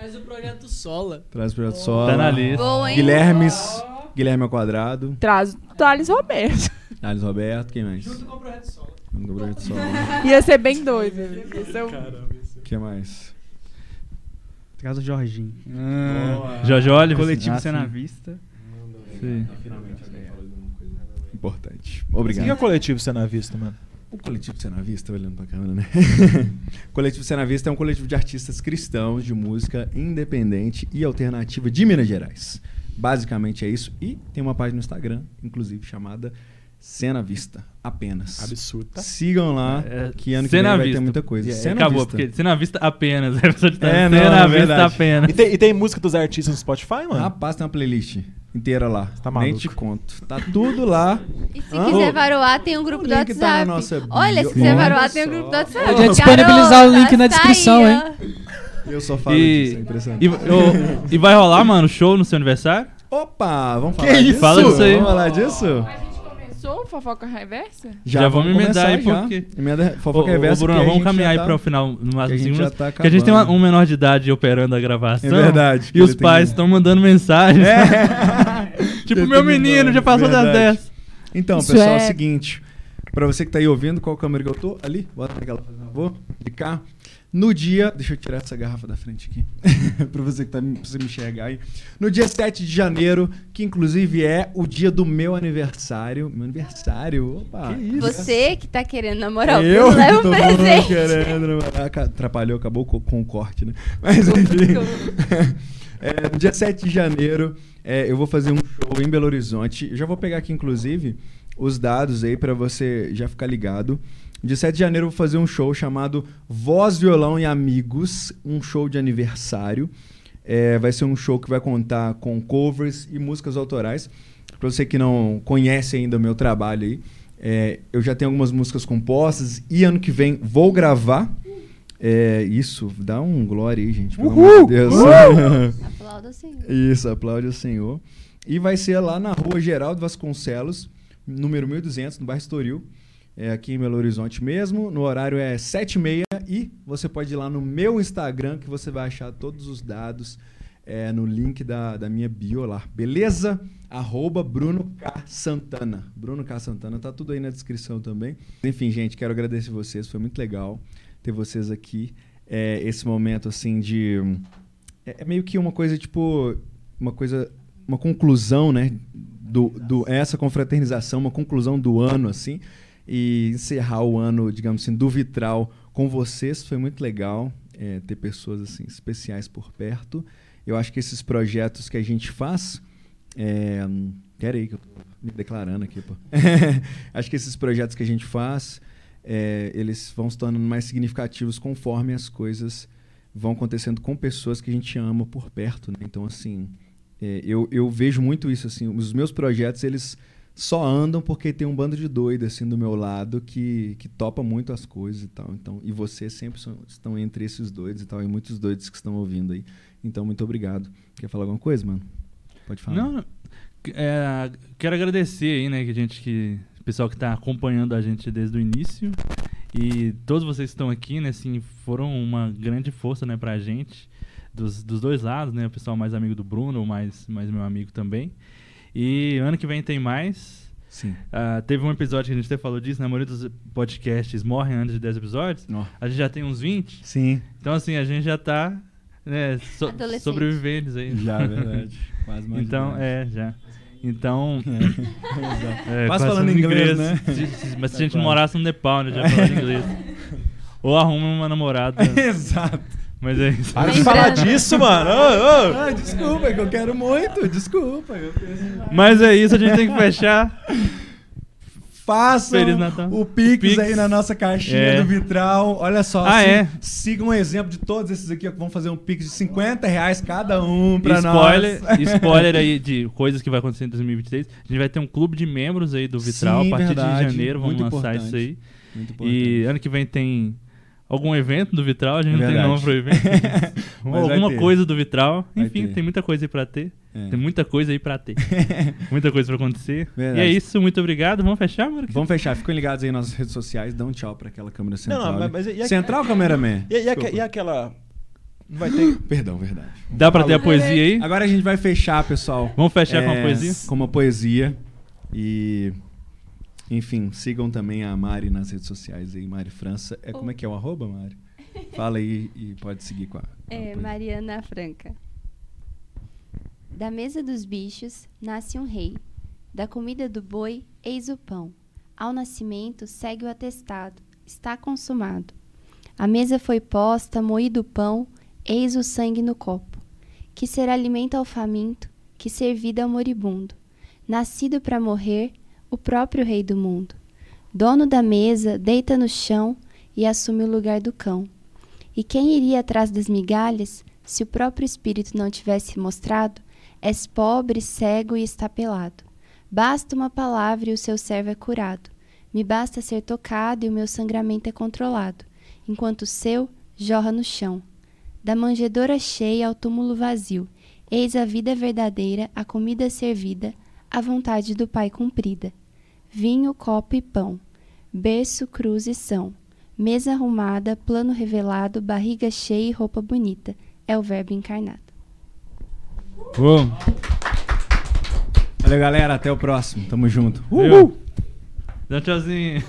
Mas o projeto Sola. Traz o projeto só. Tá na lista. Boa, hein? Guilhermes. Guilherme ao quadrado. Traz o Thales Roberto. Thales Roberto, quem mais? Junto com o projeto solo. Junto com o projeto solo. Ia ser bem doido. Ia ser um- que mais? Traz o Jorginho. Ah. Jorge Oliver? Coletivo Ah, Cena sim. Vista. Sim. Importante. Obrigado. O que é coletivo Cena Vista, mano? O Coletivo Cena Vista, olhando pra câmera, né? O coletivo Cena Vista é um coletivo de artistas cristãos de música independente e alternativa de Minas Gerais. Basicamente é isso. E tem uma página no Instagram, inclusive, chamada Cena Vista. Apenas. Absurdo. Sigam lá, É, que ano que vem Cena vai Vista. ter muita coisa. É, Cena Acabou, Vista. porque cena à vista apenas. É, É, não, cena é à vista verdade. apenas. E tem, e tem música dos artistas no Spotify, mano? Rapaz, tem uma playlist inteira lá. tá Nem maluco. te conto. Tá tudo lá. E se Hã? quiser varoar, tem um grupo do link tá na WhatsApp. nossa bio. Olha, se Olha quiser varoar, tem um grupo do WhatsApp. Podia disponibilizar o link na Garotas, tá descrição, aí, hein? ó. Eu só falo disso, é E, impressionante. e, ô, e vai rolar, mano, show no seu aniversário? Opa, vamos Que falar disso? isso? Fala disso aí. Vamos falar disso? Começou o Fofoca Reversa? Já, vamos emendar aí, porque. Emenda, Ô, fofoca ô, reversa. Bruno, que a vamos gente já caminhar aí tá- para o final. Numa, que a gente assim, já umas- tá porque a gente tem uma- acabando. um menor de idade operando a gravação. É verdade, que E os ele tem É. pais que- estão mandando mensagens. tipo, Eu meu tô me menino, lembrando, já passou das verdade. 10. Então, Isso pessoal, é... é- o seguinte. Pra você que tá aí ouvindo, qual câmera que eu tô? Ali, bota naquela, por favor. um De cá. No dia. Deixa eu tirar essa garrafa da frente aqui. pra você que tá me- pra você me enxergar aí. No dia 7 de janeiro, que inclusive é o dia do meu aniversário. Meu aniversário. Opa! Você que tá querendo namorar o Eu Bruno, leva tô um presente. querendo namorar. Aca- Atrapalhou, acabou co- com o corte, né? Mas enfim. É, no dia 7 de janeiro, é, eu vou fazer um show em Belo Horizonte. Eu já vou pegar aqui, inclusive, os dados aí pra você já ficar ligado. Dia 7 de janeiro eu vou fazer um show chamado Voz, Violão e Amigos, um show de aniversário. É, vai ser um show que vai contar com covers e músicas autorais. Pra você que não conhece ainda o meu trabalho aí, é, eu já tenho algumas músicas compostas e ano que vem vou gravar. É, isso, dá um glória aí, gente. Pelo amor Uhul! de Deus. Uhul! Aplauda o Senhor. Isso, aplaude o Senhor. E vai ser lá na rua Geraldo Vasconcelos, número 1200, no bairro Estoril. É aqui em Belo Horizonte mesmo. No horário é 7h30 e você pode ir lá no meu Instagram que você vai achar todos os dados é, no link da, da minha bio lá. Beleza? Arroba Bruno K. Santana. Bruno K. Santana, tá tudo aí na descrição também. Enfim, gente, quero agradecer vocês. Foi muito legal ter vocês aqui. É, esse momento, assim, de... É, é meio que uma coisa, tipo... Uma coisa... Uma conclusão, né? Do, do, essa confraternização, uma conclusão do ano, assim. E encerrar o ano, digamos assim, do Vitral com vocês. Foi muito legal é, ter pessoas, assim, especiais por perto. Eu acho que esses projetos que a gente faz... É, pera aí que eu tô me declarando aqui, pô. Acho que esses projetos que a gente faz, é, eles vão se tornando mais significativos conforme as coisas vão acontecendo com pessoas que a gente ama por perto, né? Então, assim, é, eu, eu vejo muito isso, assim. Os meus projetos, eles só andam porque tem um bando de doido, assim, do meu lado que, que topa muito as coisas e tal. Então, e vocês sempre são- estão entre esses doidos e tal, e muitos doidos que estão ouvindo aí. Então, muito obrigado. Quer falar alguma coisa, mano? Pode falar. Não, é, quero agradecer aí, né, que a gente que pessoal que tá acompanhando a gente desde o início e todos vocês que estão aqui, né, assim, foram uma grande força, né, pra gente dos, dos dois lados, né, o pessoal mais amigo do Bruno, mais mais meu amigo também. E ano que vem tem mais. Sim. Ah, teve um episódio que a gente até falou disso, né? A maioria dos podcasts morrem antes de 10 episódios. A gente já tem uns 20. Sim. Então, assim, a gente já tá né, so Adolescente. sobreviventes aí. Já, verdade. Quase mais Então, de é, já. Então. Exato. É, Quase falando inglês, né? Se- se- mas se a É gente quase. morasse no Nepal, né? Já falando inglês. Ou arruma uma namorada. Exato. Mas é isso. Para de falar disso, mano. Ô, ô. Ah, desculpa, é que eu quero muito. Desculpa. Eu Mas é isso, a gente tem que fechar. Façam Feliz Natal. o Pix, Pix. aí na nossa caixinha É. do Vitral. Olha só, Ah, assim, é? sigam o exemplo de todos esses aqui ó, que vão fazer um Pix de 50 reais cada um pra spoiler, nós. spoiler aí de coisas que vai acontecer em 2023. A gente vai ter um clube de membros aí do Vitral Sim, a partir verdade. de janeiro. Vamos Muito lançar isso aí. importante. Muito e ano que vem tem algum evento do Vitral. A gente não Verdade. tem nome pro evento. Ou Mas vai alguma ter. coisa do Vitral. Vai Enfim, ter. tem muita coisa aí pra ter. É. Tem muita coisa aí pra ter. muita coisa pra acontecer. Verdade. E é isso. Muito obrigado. Vamos fechar, Marcos? Vamos fechar, fiquem ligados aí nas nossas redes sociais, dá um tchau pra aquela câmera central. Não, mas, mas ali. e a- central, cameraman? E, e, aque- Desculpa. e aquela. Não vai ter. Perdão, verdade. Dá pra ter a poesia aí? Agora a gente vai fechar, pessoal. É, Vamos fechar com uma poesia? Com uma poesia. E. Enfim, sigam também a Mari nas redes sociais aí, Mari França. É, como é que é o arroba, Mari? Fala aí e pode seguir com a. É, Mariana Franca. Da mesa dos bichos nasce um rei. Da comida do boi, eis o pão. Ao nascimento segue o atestado. Está consumado. A mesa foi posta, moído o pão, eis o sangue no copo. Que será alimento ao faminto, que servida ao moribundo. Nascido para morrer, o próprio rei do mundo. Dono da mesa, deita no chão e assume o lugar do cão. E quem iria atrás das migalhas se o próprio espírito não tivesse mostrado? És pobre, cego e está pelado. Basta uma palavra e o seu servo é curado. Me basta ser tocado e o meu sangramento é controlado, enquanto o seu jorra no chão. Da manjedoura cheia ao túmulo vazio, eis a vida verdadeira, a comida servida, a vontade do Pai cumprida. Vinho, copo e pão, berço, cruz e são. Mesa arrumada, plano revelado, barriga cheia e roupa bonita. É o verbo encarnado. Vamos. Valeu, galera. Até o próximo. Tamo junto. Uh! Valeu. Dá um tchauzinho.